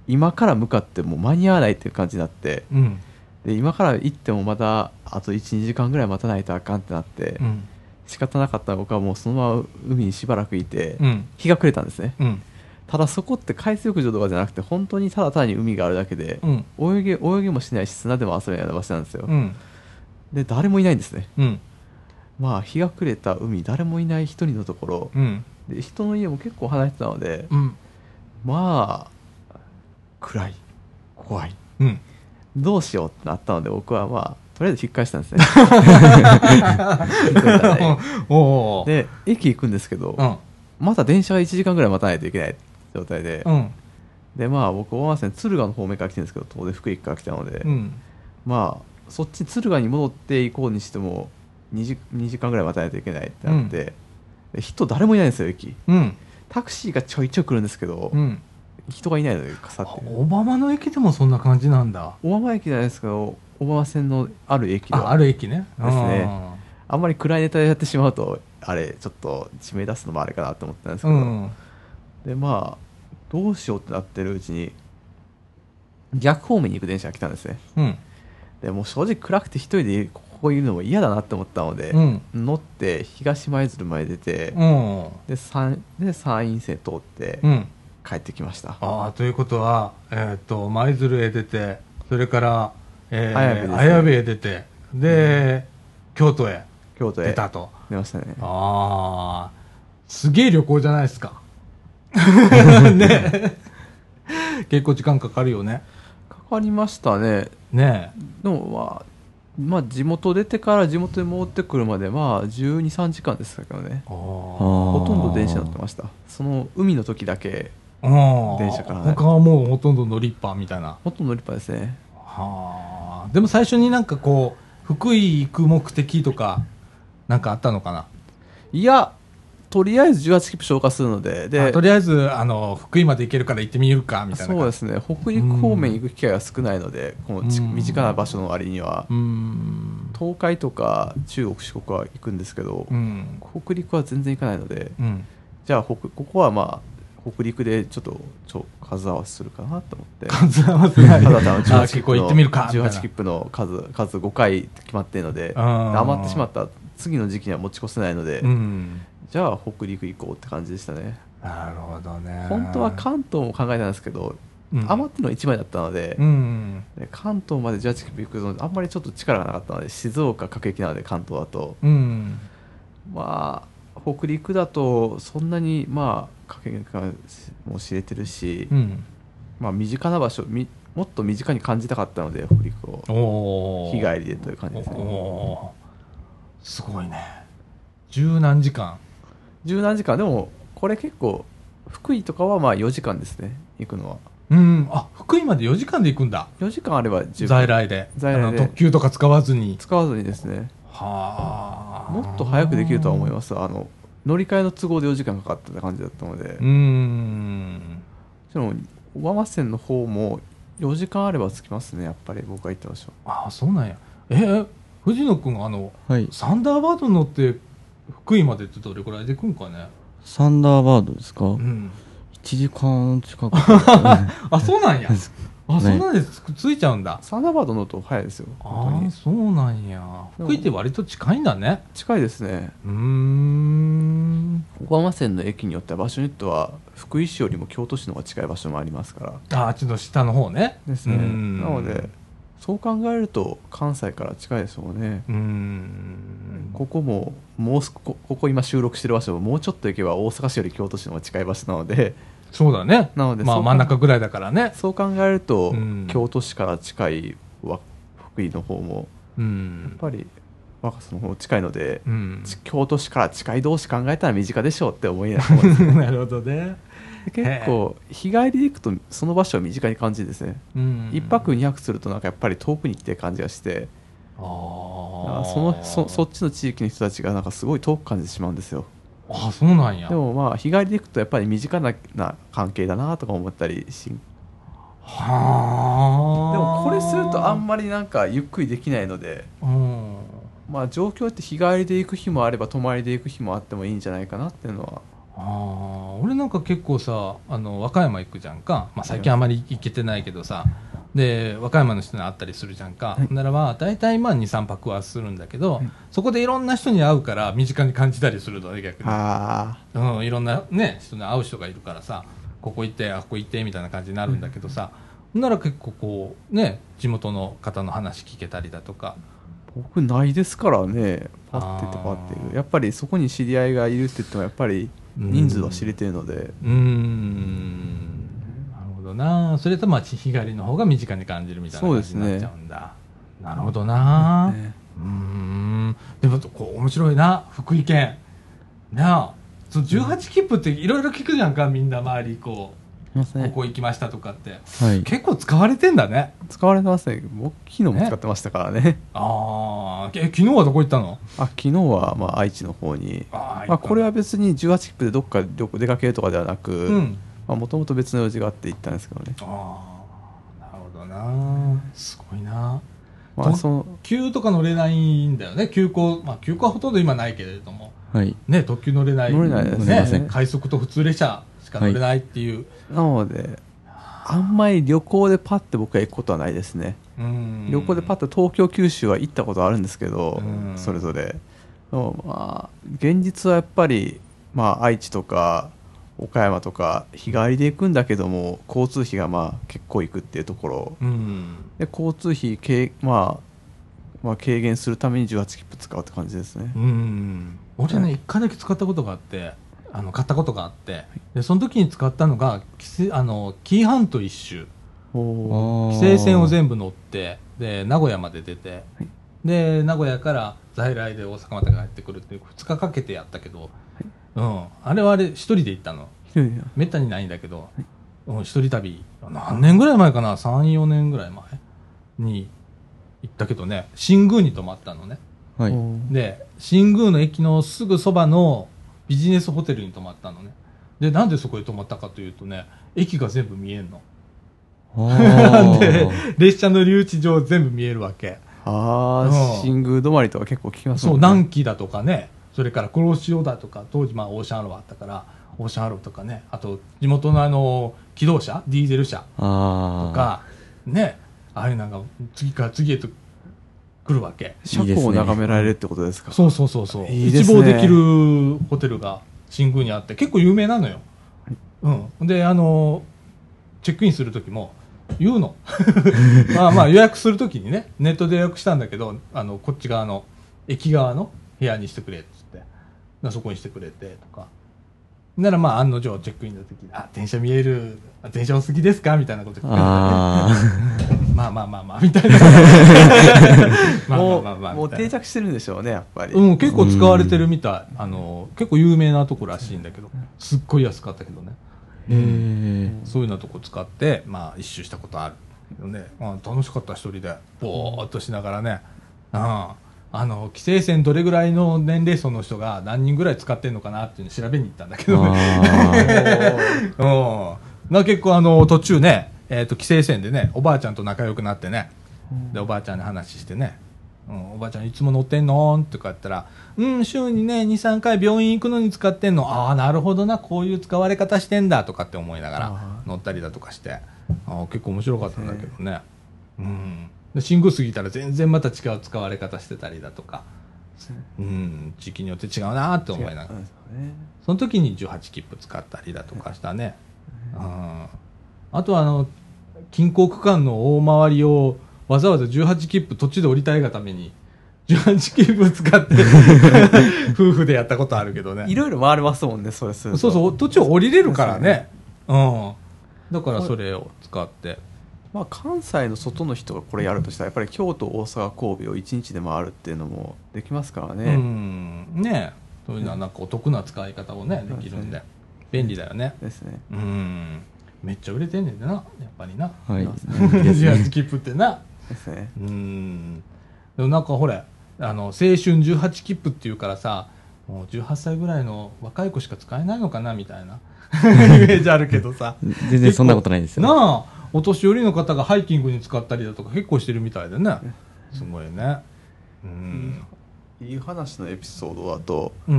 S2: 今から向かってもう間に合わないっていう感じになって
S1: うん
S2: で今から行ってもまたあと12時間ぐらい待たないとあかんってなって、
S1: うん
S2: 仕方なかったら僕はもうそのまま海にしばらくいて、
S1: うん
S2: 日が暮れたんですね
S1: うん
S2: ただそこって海水浴場とかじゃなくて本当にただ単に海があるだけで
S1: う、ん
S2: 泳ぎ泳ぎもしないし砂でも遊べないような場所なんですよ、
S1: うん
S2: で誰もいないんですね
S1: うん
S2: まあ日が暮れた海誰もいない一人のところ
S1: うん
S2: で人の家も結構離れてたので
S1: うん
S2: まあ暗い怖い
S1: うん
S2: どうしようってなったので僕はまあとりあえず引っ返したん
S1: (laughs)
S2: ですね (laughs) 引っ返したね
S1: おお
S2: で駅行くんですけど、
S1: うん
S2: また電車が1時間ぐらい待たないといけない状態で、
S1: うん
S2: でまあ僕大和線敦賀の方面から来てるんですけど当然福井から来たので、
S1: うん
S2: まあそっち敦賀に戻って行こうにしても 2, 時2時間ぐらい待たないといけないってなって、で人誰もいないんですよ駅
S1: うん
S2: タクシーがちょいちょい来るんですけど、
S1: うん
S2: 人がいないのでかさって
S1: オバマの駅でもそんな感じなんだ
S2: 小浜駅じゃないですけど小浜線のある駅で
S1: ああ
S2: あ
S1: る駅ね
S2: ですねあんまり暗いネタでやってしまうとあれちょっと地名出すのもあれかなと思ったんですけ
S1: う
S2: ど、
S1: んうん
S2: でまあどうしようってなってるうちに逆方面に行く電車が来たんですね
S1: うん
S2: でもう正直暗くて一人でここいるのも嫌だなって思ったので、
S1: うん
S2: 乗って東舞鶴まで出て、
S1: うん
S2: で山で山陰線通って
S1: うん
S2: 帰ってきました、
S1: ああということは、えー、と舞鶴へ出てそれから、えー
S2: 綾部ですね
S1: 綾部へ出てで、京都へ
S2: 京都へ
S1: 出たと
S2: 出ましたね
S1: ああすげえ旅行じゃないです
S2: (laughs)
S1: かね結構時間かかるよね
S2: かかりましたね
S1: ね
S2: でもまあまあ地元出てから地元に戻ってくるまでまあ1 2 3時間でしたけどね
S1: え (laughs) ほ
S5: ほ
S2: ほとんど電車乗ってましたその海の時だけ電車からね
S1: 他はもうほとんど乗りっぱみたいな
S2: ほとんど乗りっぱですね
S1: はあでも最初になんかこう福井行く目的とかなんかあったのかない
S2: やとりあえず18キップ消化するのでで
S1: あとりあえずあの福井まで行けるから行ってみるかみたいな
S2: そう
S1: 感
S2: で
S1: じ
S2: すね北陸方面行く機会が少ないので、このち
S1: うん
S2: 身近な場所の割には、
S1: うーん
S2: 東海とか中国四国は行くんですけど、
S1: うん
S2: 北陸は全然行かないので
S1: うん
S2: じゃあ北ここはまあ北陸でちょっとちょ数合わせするかなと思って
S1: 数合わせない
S2: ただ単に
S1: あ
S2: 18
S1: 結
S2: 切
S1: 構
S2: 符
S1: 行
S2: の
S1: ってみるかみたいな
S2: 18切符の数数5回決まっているので
S1: あー
S2: 余ってしまったら次の時期には持ち越せないので、
S1: うん
S2: じゃあ北陸行こうって感じでしたね
S1: なるほどね
S2: 本当は関東も考えたんですけど
S1: うん
S2: 余ってるの1枚だったので
S1: う、ん
S2: で関東までジャッジキップ行くのあんまりちょっと力がなかったので静岡各駅なので関東だと
S1: うん
S2: まあ北陸だとそんなにまあ各駅がも知れてるし、
S1: うん
S2: まあ身近な場所みもっと身近に感じたかったので北陸を
S1: おお
S2: 日帰りでという感じです
S1: お
S2: ね
S1: おすごいね十何時間
S2: 十何時間でもこれ結構福井とかはまあ4時間ですね行くのは
S1: うんあ福井まで4時間で行くんだ
S2: 4時間あれば十分
S1: 在来で
S2: 在来で
S1: あの特急とか使わずに
S2: 使わずにですね
S1: はあ
S2: もっと早くできるとは思いますあの乗り換えの都合で4時間かかったって感じだったので
S1: うーん
S2: その小浜線の方も4時間あれば着きますねやっぱり僕が行った場所
S1: ああそうなんやえ藤野君あの
S5: はい
S1: サンダーバード乗って福井までってどれくらいで行くんかね
S5: サンダーバードですか
S1: う
S5: 1
S1: ん
S5: 時間近くは
S1: あそうなんやあ
S5: ね
S1: そんなんでつくついちゃうんだ
S2: サンダーバード乗ると早いですよ本
S1: あ
S2: 当
S1: あ
S2: に
S1: そうなんや福井って割と近いんだね
S2: 近いですね
S1: うーん
S2: 小浜線の駅によっては場所によっては福井市よりも京都市の方が近い場所もありますから
S1: ああちょっと下の方ね
S2: ですね
S1: うん
S2: なのでそう考えると関西から近いですもんね
S1: うーん
S2: ここももうすこここ今収録してる場所ももうちょっと行けば大阪市より京都市の方が近い場所な
S1: (laughs)
S2: ので
S1: そうだね
S2: なので
S1: ま
S2: そ
S1: あ
S2: う
S1: 真ん中ぐらいだからね
S2: そう考えると、
S1: うん
S2: 京都市から近いわ福井の方も
S1: う
S2: や
S1: ん
S2: っぱり若狭の方近いので、
S1: うん
S2: ち京都市から近い同士考えたら身近でしょうって思 (laughs) いながらです
S1: (laughs)
S2: ね
S1: なるほどね
S2: 結構日帰りで行くとその場所を身近に感じるですね、
S1: うん
S2: 一1泊2泊するとなんかやっぱり遠くに行ってる感じがして
S1: あ
S2: なん
S1: ー
S2: かそのそそっちの地域の人たちがなんかすごい遠く感じてしまうんですよ
S1: あそうなんや
S2: でもまあ日帰りで行くとやっぱり身近なな関係だなとか思ったりしで
S1: はあ
S2: もこれするとあんまりなんかゆっくりできないので
S1: うん
S2: まあ状況って日帰りで行く日もあれば泊まりで行く日もあってもいいんじゃないかなっていうのは
S1: ああ俺なんか結構さあの和歌山行くじゃんか、まあ、最近あまり行けてないけどさで和歌山の人に会ったりするじゃんか、ならば大体まあ23泊はするんだけど、そこでいろんな人に会うから身近に感じたりするのね逆に
S2: あ
S1: うん、いろんな、ね、人に会う人がいるからさここ行ってあここ行ってみたいな感じになるんだけどさ、なら結構こう、ね、地元の方の話聞けたりだとか
S2: 僕ないですからねパッてとかってい
S1: あー
S2: うやっぱりそこに知り合いがいるって言ってもやっぱり人数は知れてるので
S1: うーんなるほどなそれとまあ日帰りの方が身近に感じるみたいな感じになっちゃうんだ、なるほどな、
S2: ね
S1: うーんでもこう面白いな福井県なあその18切符っていろいろ聞くじゃんかみんな周りこ
S5: います
S1: うこ
S5: ね
S1: こ行きましたとかって
S5: はい
S1: 結構使われてんだね
S2: 使われてますね僕昨日も使ってましたからね
S1: ああえ昨日はどこ行ったの
S2: あ昨日はまあ愛知の方に
S1: あー
S2: まあ、これは別に18切符でどっか旅行出かけるとかではな
S1: う
S2: く
S1: ん
S2: もともと別の用事があって行ったんですけどね、
S1: ああなるほどなすごいな
S2: まあ、
S1: ど
S2: その
S1: 急とか乗れないんだよね急行まあ急行はほとんど今ないけれども
S5: はい
S1: ね特急乗れない
S2: 乗れないです
S5: ね
S1: 快速と普通列車しか乗れないっていう、
S2: なのであんまり旅行でパッて僕は行くことはないですね
S1: うん
S2: 旅行でパッと東京九州は行ったことあるんですけど、
S1: うん
S2: それぞれでもまあ現実はやっぱり、まあ、愛知とか岡山とか日帰りで行くんだけども交通費がまあ結構行くっていうところ
S1: うん
S2: で交通費軽、まあ、まあ軽減するために18切符使うって感じですね、
S1: うん俺ね一回だけ使ったことがあってあの買ったことがあってでその時に使ったのがきせあの紀伊半島一周
S2: おー
S1: 規
S5: 規
S1: 制線を全部乗ってで名古屋まで出て、
S2: はい
S1: で名古屋から在来で大阪まで帰ってくるっていう2日かけてやったけど、うん、あれはあれ一人で行ったのめったにないんだけど、うん、一人旅何年ぐらい前かな34年ぐらい前に行ったけどね新宮に泊まったのね
S5: はい
S1: で新宮の駅のすぐそばのビジネスホテルに泊まったのねでなんでそこへ泊まったかというとね駅が全部見えんの (laughs)
S5: あー
S1: で列車の留置場全部見えるわけ
S2: あ
S1: うん
S2: あ新宮止まりとか結構聞きます
S1: そう
S2: もん
S1: 南紀だとかねそれから黒潮だとか当時まあオーシャンアローあったからオーシャンアローとかねあと地元のあの機動車ディーゼル車と
S5: ああ
S1: かねああいうなんか次から次へと来るわけ
S2: 車庫を眺められるってことですか
S1: そうそうそうそう、
S2: いいで
S1: 一
S2: すね
S1: 望できるホテルが新宮にあって結構有名なのよ、うん、であのチェックインする時も言うの (laughs) まあまあ予約する時にねネットで予約したんだけどあのこっち側の駅側の部屋にしてくれっつってなそこにしてくれてとかならまあ案の定チェックインの時に「あ電車見えるあ電車お過ぎですか?」みたいなこと聞かれて
S5: あ
S1: まあまあまあまあみたいなまあま
S2: も
S1: あ
S2: う
S1: まあまあ
S2: もう
S1: みたい
S2: 定
S1: な
S2: 着してるんでしょうねやっぱり、
S1: うん、結構使われてるみたい、あの結構有名なとこらしいんだけどすっごい安かったけどね
S5: ーへえ
S1: そういうようなとこ使って、まあ、一周したことあるけどね、まあ、楽しかった一人でぼーっとしながらね、うん、あの規制線どれぐらいの年齢層の人が何人ぐらい使ってんのかなっていうのを調べに行ったんだけどね
S5: あ
S1: (laughs) うん。な結構あの途中ね、えっ、と規制線でね、おばあちゃんと仲良くなってね、でおばあちゃんに話してね、うん、おばあちゃんいつも乗ってんのとか言ったら、うん週にね二三回病院行くのに使ってんの、ああなるほどなこういう使われ方してんだとかって思いながら乗ったりだとかして、あー結構面白かったんだけどね、うん。で信号過ぎたら全然また違う使われ方してたりだとか、うん地域によって違うなーって思いながら。
S2: うんそうね
S1: その時に18切符使ったりだとかしたね。うんあとはあの、近郊区間の大回りをわざわざ18切符途中で降りたいがために、18切符使って、夫婦でやったことあるけどね。
S2: いろいろ回れますもんねそれすると
S1: そうそう、途中降りれるからね。うん。だからそれを使って。
S2: まあ、関西の外の人がこれやるとしたらやっぱり京都大阪神戸を1日で回るっていうのもできますから
S1: う
S2: ね、
S1: ん。ねそういうのはなんかお得な使い方をね、できるんで。便利だよね。
S2: ですね
S1: うん。めっちゃ売れてんねんな、やっぱりな。
S5: あはいですね
S1: 18切符ってな。
S2: ですね
S1: うーんでもなんかほれあの青春18切符っていうからさもう18歳ぐらいの若い子しか使えないのかなみたいな (laughs) イメージあるけどさ
S5: 全然そんなことないですよ
S1: なあお年寄りの方がハイキングに使ったりだとか結構してるみたいでねすごいねうん、
S2: いい話のエピソードだと、
S1: うん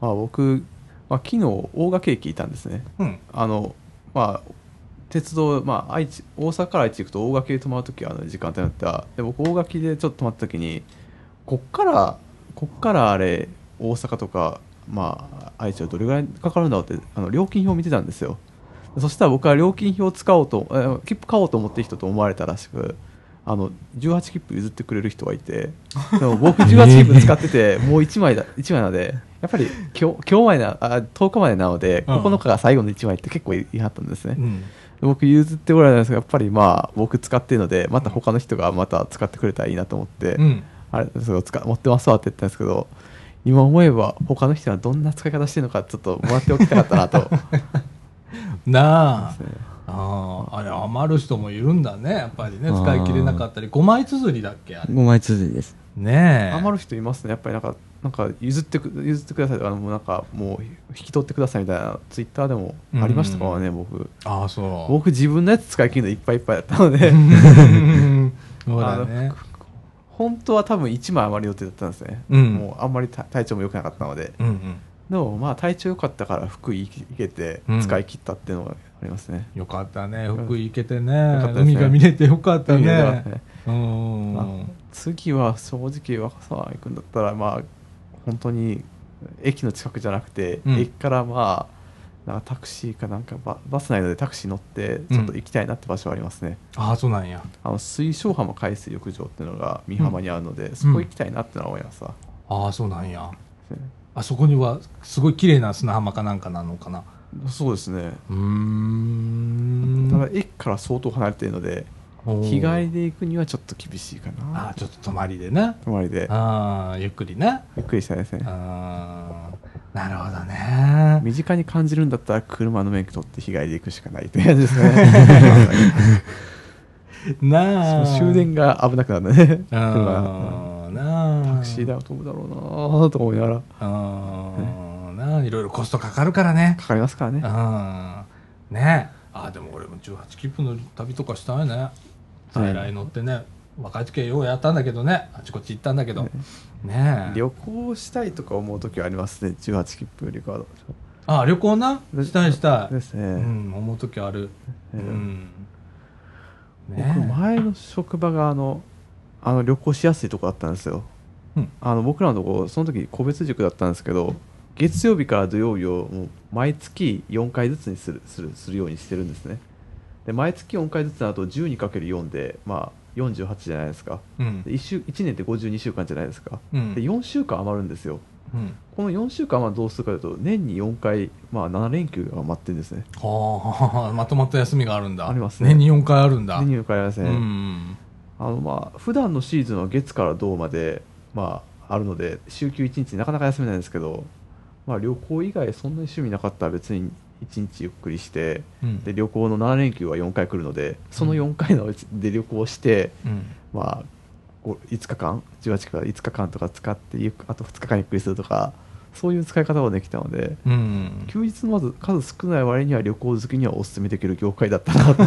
S2: まあ、僕、まあ、昨日大垣駅いたんですね
S1: うん、
S2: あのまあ鉄道、まあ、愛知大阪から愛知行くと大垣で泊まる時あの時間帯になったで僕大垣でちょっと泊まった時にこっからこっからあれ大阪とか、まあ、愛知はどれぐらいかかるんだろうってあの料金表見てたんですよそしたら僕は料金表を使おうとえー切符買おうと思ってる人と思われたらしくあの18切符譲ってくれる人がいてでも僕18切符使っててもう1枚だ1枚なのでやっぱり今日今日までなあ10日までなので
S1: うん
S2: 9日が最後の1枚って結構言い張ったんですね、
S1: うん
S2: 僕譲ってもらえたんですがやっぱりまあ僕使ってるのでまた他の人がまた使ってくれたらいいなと思って、
S1: うん
S2: あれそれ使持ってますわって言ったんですけど今思えば他の人はどんな使い方してるのかちょっともらっておきたかった
S1: (laughs)
S2: なと
S1: なああああれ余る人もいるんだねやっぱりね使い切れなかったり5枚綴りだっけあれ
S5: 5枚続きです
S1: ねえ
S2: 余る人いますねやっぱりなんかなんか譲ってく譲ってくださいとかあのもうなんかもう引き取ってくださいみたいなツイッターでもありましたからね、僕
S1: ああそう
S2: 僕自分のやつ使い切るのいっぱいいっぱいだった
S1: (laughs)
S2: ので (laughs)
S1: そうだね。
S2: 本当は多分1枚余る予定だったんですね、
S1: うん
S2: もうあんまり体体調も良くなかったので
S1: うんうん。
S2: でもまあ体調良かったから服いけて
S1: うん
S2: 使い切ったっていうのがありますね、
S1: よかったね。福井行けて
S2: よ
S1: ね
S2: かった。ですね
S1: 海が見れてよかった
S2: 海が見れてよかった
S1: ね
S2: ね。
S1: うん
S2: あ。次は正直若狭行くんだったらまあ本当に駅の近くじゃなくて、
S1: うん
S2: 駅からまあなんかタクシーかなんかババスないのでタクシー乗ってちょっと行きたいなって場所はありますね、
S1: ああ、そうなんや。
S2: あの水晶浜海水浴場っていうのが美浜にあるので、そこ行きたいなってのは思いますわ、
S1: ああ、そうなんや。
S2: ね
S1: あそこにはすごい綺麗な砂浜かなんかなのかな。
S2: そうですね
S1: うー
S2: ただ
S1: ん。
S2: 駅から相当離れているので
S1: おー
S2: 日帰りで行くにはちょっと厳しいか
S1: あ
S2: な
S1: あ、ちょっと泊まりでね。
S2: 泊まりで
S1: ああ、ゆっくりね。
S2: ゆっくりしたいですね
S1: ああ、なるほどね。
S2: 身近に感じるんだったら車の免許取って日帰りで行くしかないという感じですね
S1: なあ。
S2: その終電が危なくなるね
S1: う
S2: 車が
S1: ん。なあ。
S2: タクシー代は飛ぶだろうなと思いながら
S1: うんなあいろいろコストかかるからね。
S2: かかりますからね
S1: うん。ねえ。あ、でも俺も18切符の旅とかしたいね。在来乗ってね、若い時はようやったんだけどね、あちこち行ったんだけど。ねえ。
S2: 旅行したいとか思う時はありますね18切符よりかは
S1: あ、旅行な。したいしたい。
S2: ですね、
S1: うん、思う時ある。う
S2: ええ
S1: ん。
S2: 僕
S1: ね
S2: 前の職場があのあの旅行しやすいとこだったんですよ、
S1: うん
S2: あの僕らのとこその時個別塾だったんですけど月曜日から土曜日をもう毎月4回ずつにするするするようにしてるんですねで毎月4回ずつになると 12×4 で、まあ、48じゃないですか
S1: うん
S2: で 1, 週1年って52週間じゃないですか
S1: うん
S2: で4週間余るんですよ
S1: うん
S2: この4週間はどうするかというと年に4回、まあ、7連休が待ってるんですね
S1: はあま (laughs) とまった休みがあるんだ
S2: ありますね
S1: 年に4回あるんだ
S2: 年に4回あります
S1: う
S2: ね、
S1: ん
S2: あのまあ普段のシーズンは月から土まで、まあ、あるので週休1日なかなか休めないんですけど、まあ、旅行以外そんなに趣味なかったら別に1日ゆっくりして
S1: うん
S2: で旅行の7連休は4回来るのでその4回のうちで旅行して、
S1: うん
S2: まあ、こう5日間18から5日間とか使ってゆっくあと2日間ゆっくりするとかそういう使い方ができたので
S1: うん
S2: 休日のまず数少ない割には旅行好きにはお勧めできる業界だったなと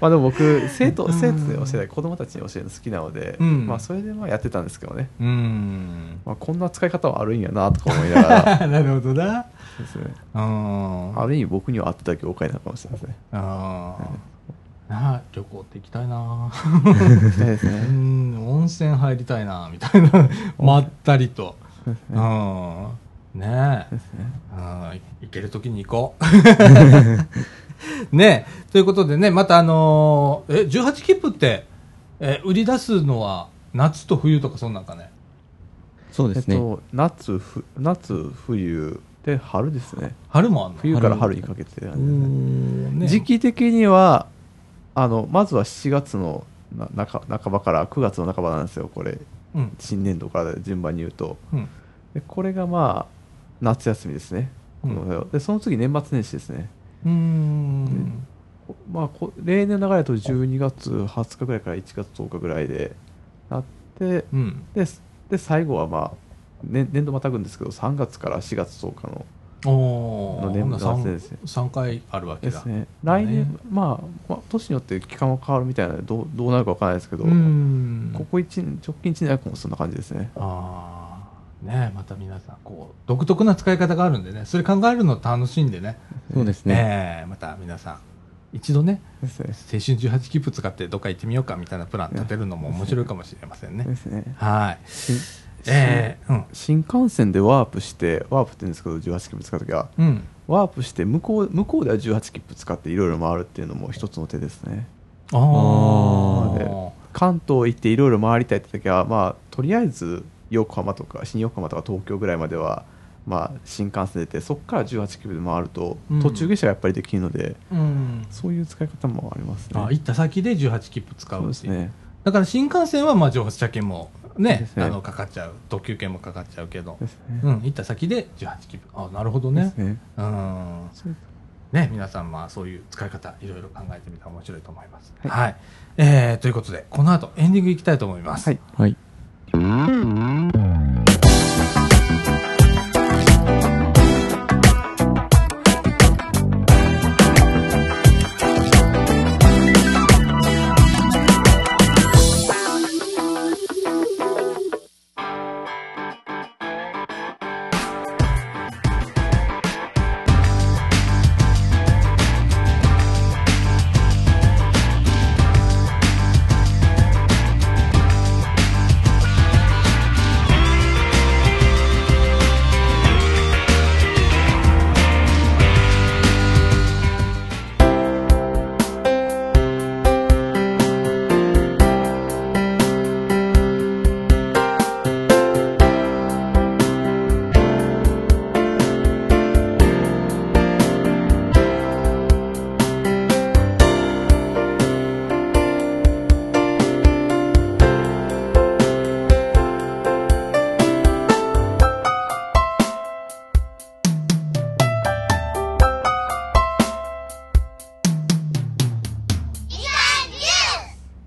S2: まあでも僕生徒生徒に教えない子供たちに教えるの好きなので、
S1: うん
S2: まあそれでまあやってたんですけどね、
S1: うん (laughs)
S2: まあ、こんな使い方はあるんやなとか思いながら
S1: なるほどな
S2: ですね
S1: うん
S2: ある意味僕には合ってた業界なのかもしれないですね
S1: ああ、なあ旅行って行きたいな
S2: 行きたいです
S1: う
S2: ね
S1: ん (laughs) 温泉入りたいなみたいなまったりとうんねえうん行ける時に行こ
S2: (laughs)
S1: うねえということでねまたあのーえ18切符ってえ売り出すのは夏と冬とかそんなんかね
S5: そう
S2: え
S5: で
S2: っ
S5: すね、
S2: と夏ふ夏冬で春ですね
S1: 春もあんの
S2: 冬から春にかけてなんですね
S1: ね
S2: 時期的にはあのまずは7月のな中半ばから9月の半ばなんですよこれ
S1: うん
S2: 新年度から順番に言うと
S1: うん
S2: でこれがまあ夏休みですね、
S1: うん
S2: でその次年末年始ですね
S1: うん
S2: こまあこ例年の流れだと12月20日ぐらいから1月10日ぐらいであって
S1: うん
S2: でで最後はまあ年年度またぐんですけど3月から4月10日の
S1: お
S2: の
S1: お
S2: 年
S1: ほんなら
S2: 末
S1: 三
S2: ですね
S1: 三回あるわけ
S2: で
S1: だ
S2: すね来年、
S1: ね
S2: まあ、まあ年によって期間は変わるみたいなのでどうどうなるかわからないですけど、
S1: うん
S2: ここ一年直近1年はそんな感じですね。
S1: ああねえまた皆さんこう独特な使い方があるんでねそれ考えるの楽しいんでね
S5: そうですね
S1: ねえまた皆さん一度ね
S2: ですね。
S1: 青春18切符使ってどっか行ってみようかみたいなプラン立てるのも面白いかもしれませんね
S2: ですね。
S1: はいええ
S2: 新幹線でワープして、ワープって言うんですけど、18切符使うときは、
S1: うんうん
S2: ワープして向こう、向こうでは18切符使っていろいろ回るっていうのも一つの手ですね。
S1: ああ
S2: なの関東行っていろいろ回りたいってときは、まあ、とりあえず横浜とか、新横浜とか東京ぐらいまでは、まあ、新幹線出て、そこから18切符で回ると
S1: うん、
S2: 途中下車がやっぱりできるので、
S1: うん
S2: そういう使い方もありますね。
S1: あ行った先で18切符使
S2: そ
S1: う
S2: う
S1: っ
S2: で
S1: て
S2: す
S1: いう
S2: ね。
S1: だから新幹線はまあ乗車券も
S2: で
S1: ね
S2: すね
S1: あのかかっちゃう特急券もかかっちゃうけど
S2: ですね。
S1: うん行った先で18切符あなるほどね
S2: ですね。
S1: うん
S2: そう
S1: ね、皆さんまあそういう使い方いろいろ考えてみたら面白いと思います。は、
S2: はいい
S1: えーということでこの後エンディングいきたいと思います。
S2: はい
S5: はい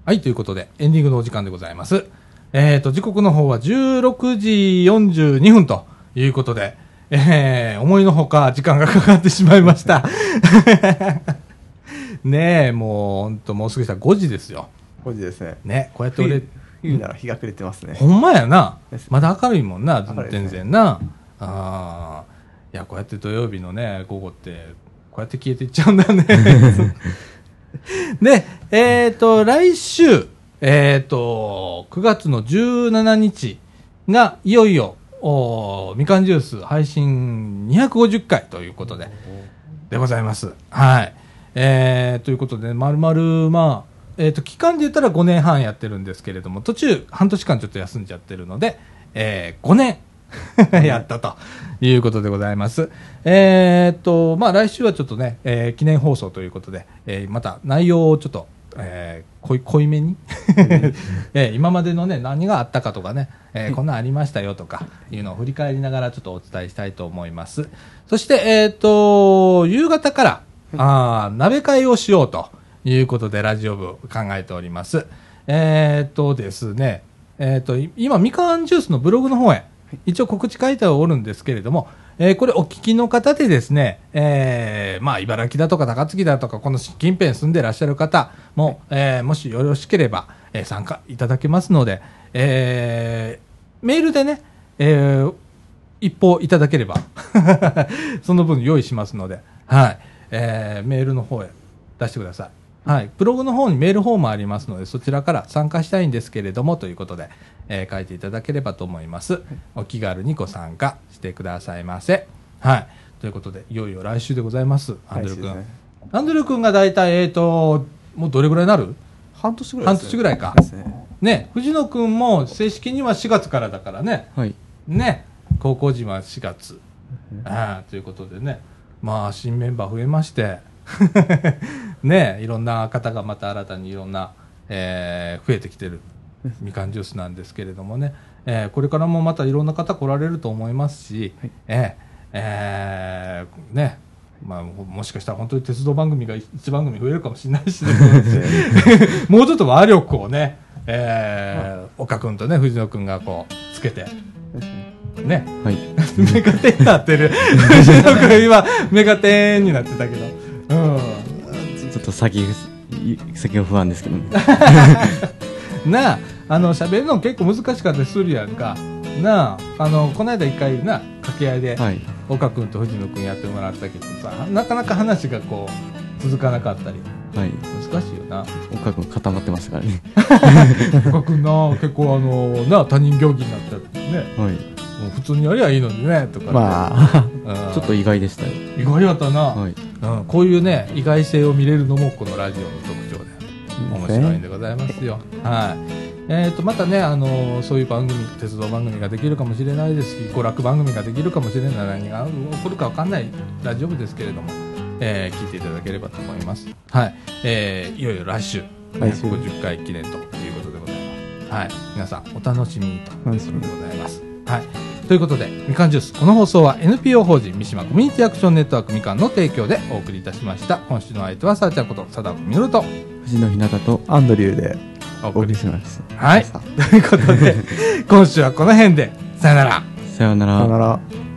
S1: はい、ということでエンディングのお時間でございます。えーと時刻の方は16時42分ということで、えー思いのほか時間がかかってしまいました。 (laughs) ねえもう本当もうすぐしたら5時ですよ。
S2: 5時ですね。
S1: ねこうやって俺
S2: 冬冬なら日が暮れてますね。
S1: ほんまやな
S2: です。
S1: まだ明るいもんな
S2: 明る、いです
S1: 全
S2: ね
S1: 然な。あーいや、こうやって土曜日のね、午後って、こうやって消えていっちゃうんだ
S2: (laughs)
S1: ね。で、えっ、と、来週、えっ、と、9月の17日が、いよいよ、おーみかんジュース配信250回ということで、でございます。はい。えーということで、まるまる、まあ、えーと、期間で言ったら5年半やってるんですけれども、途中、半年間ちょっと休んじゃってるので、えー5年やったということでございます。えーと、まあ、来週はちょっとね、えー記念放送ということで、えーまた内容をちょっと、えー濃い濃いめに、 (laughs) えー今までのね何があったかとかね、えーこんなんありましたよとかいうのを振り返りながらちょっとお伝えしたいと思いますそしてえっ、と夕方からあー鍋会をしようということでラジオ部考えておりますえっ、とですねえっ、とい今みかんジュースのブログの方へ一応告知書いてはおるんですけれども、えーこれお聞きの方でですね、えーまあ茨城だとか高槻だとかこの近辺住んでらっしゃる方も、えーもしよろしければ、えー参加いただけますので、えーメールでね、えー一報いただければ (laughs) その分用意しますので、はいえーメールの方へ出してください、はい、ブログの方にメールフォームありますのでそちらから参加したいんですけれどもということで、えー書いていただければと思います、お気軽にご参加してくださいませ、はい、ということでいよいよ来週でございますアンドル君、
S2: 来週ですね
S1: アンドル君が大体えっ、ともうどれぐらいになる
S2: 半年ぐら
S1: 半
S2: いです
S1: 年
S2: ね
S1: ぐらいか
S2: ですね
S1: ね藤野君も正式には4月からだからね
S5: はい。
S1: ね高校時は4月ああということでねまあ新メンバー増えまして (laughs) ねいろんな方がまた新たにいろんな、えー増えてきてるみかんジュースなんですけれどもね、えーこれからもまたいろんな方来られると思いますし、えーえーねまあ、ももしかしたら本当に鉄道番組が1番組増えるかもしれない (laughs) し、ね、 (laughs) もうちょっと和力をね、えー、岡君とね藤野君がこうつけてね (laughs)
S5: はい。
S1: メガテンになってる。藤野君今、メガテンになってたけど。
S5: ちょっと先、先が不安ですけどね。
S1: うん。なあ、あの、喋るの結構難しかったりするやんか。なあ、あの、この間一回な、掛け合いで、
S5: はい。
S1: 岡君と藤野君やってもらったけどさ、なかなか話がこう、続かなかったり。
S5: はい。
S1: 難しいよな。
S5: 岡君固まってますからね。
S1: 岡君な、結構あの、なあ、他人行儀になっちゃってね。
S5: はい。
S1: もう普通にやりゃいいのにね、とかね。
S2: (laughs) まあ
S1: あ
S5: ちょっと意外でしたよ。
S1: 意外やったな。
S5: はい。
S1: うん、こういうね意外性を見れるのもこのラジオの特徴で面白いんでございますよ。はいえー、とまたね、あのそういう番組鉄道番組ができるかもしれないですし娯楽番組ができるかもしれない何が起こるか分かんないラジオ部ですけれども、えー聞いていただければと思います。はいえー、いよいよ来週
S2: 来週
S1: 50回記念ということでございます。はい、皆さんお楽しみにということでございます。はいということで、みかんジュース、この放送は NPO 法人三島コミュニティアクションネットワークみかんの提供でお送りいたしました。今週の相手は、さあちゃんこと、さだこみると、
S5: 藤野ひなたと、
S2: アンドリューで
S1: お
S2: お送
S1: 送り
S2: り
S1: し
S2: しまし
S1: (laughs)
S2: た
S1: はい。ということで、今週はこの辺で、さよなら。
S5: さような
S2: さよ
S5: ら
S2: な。ら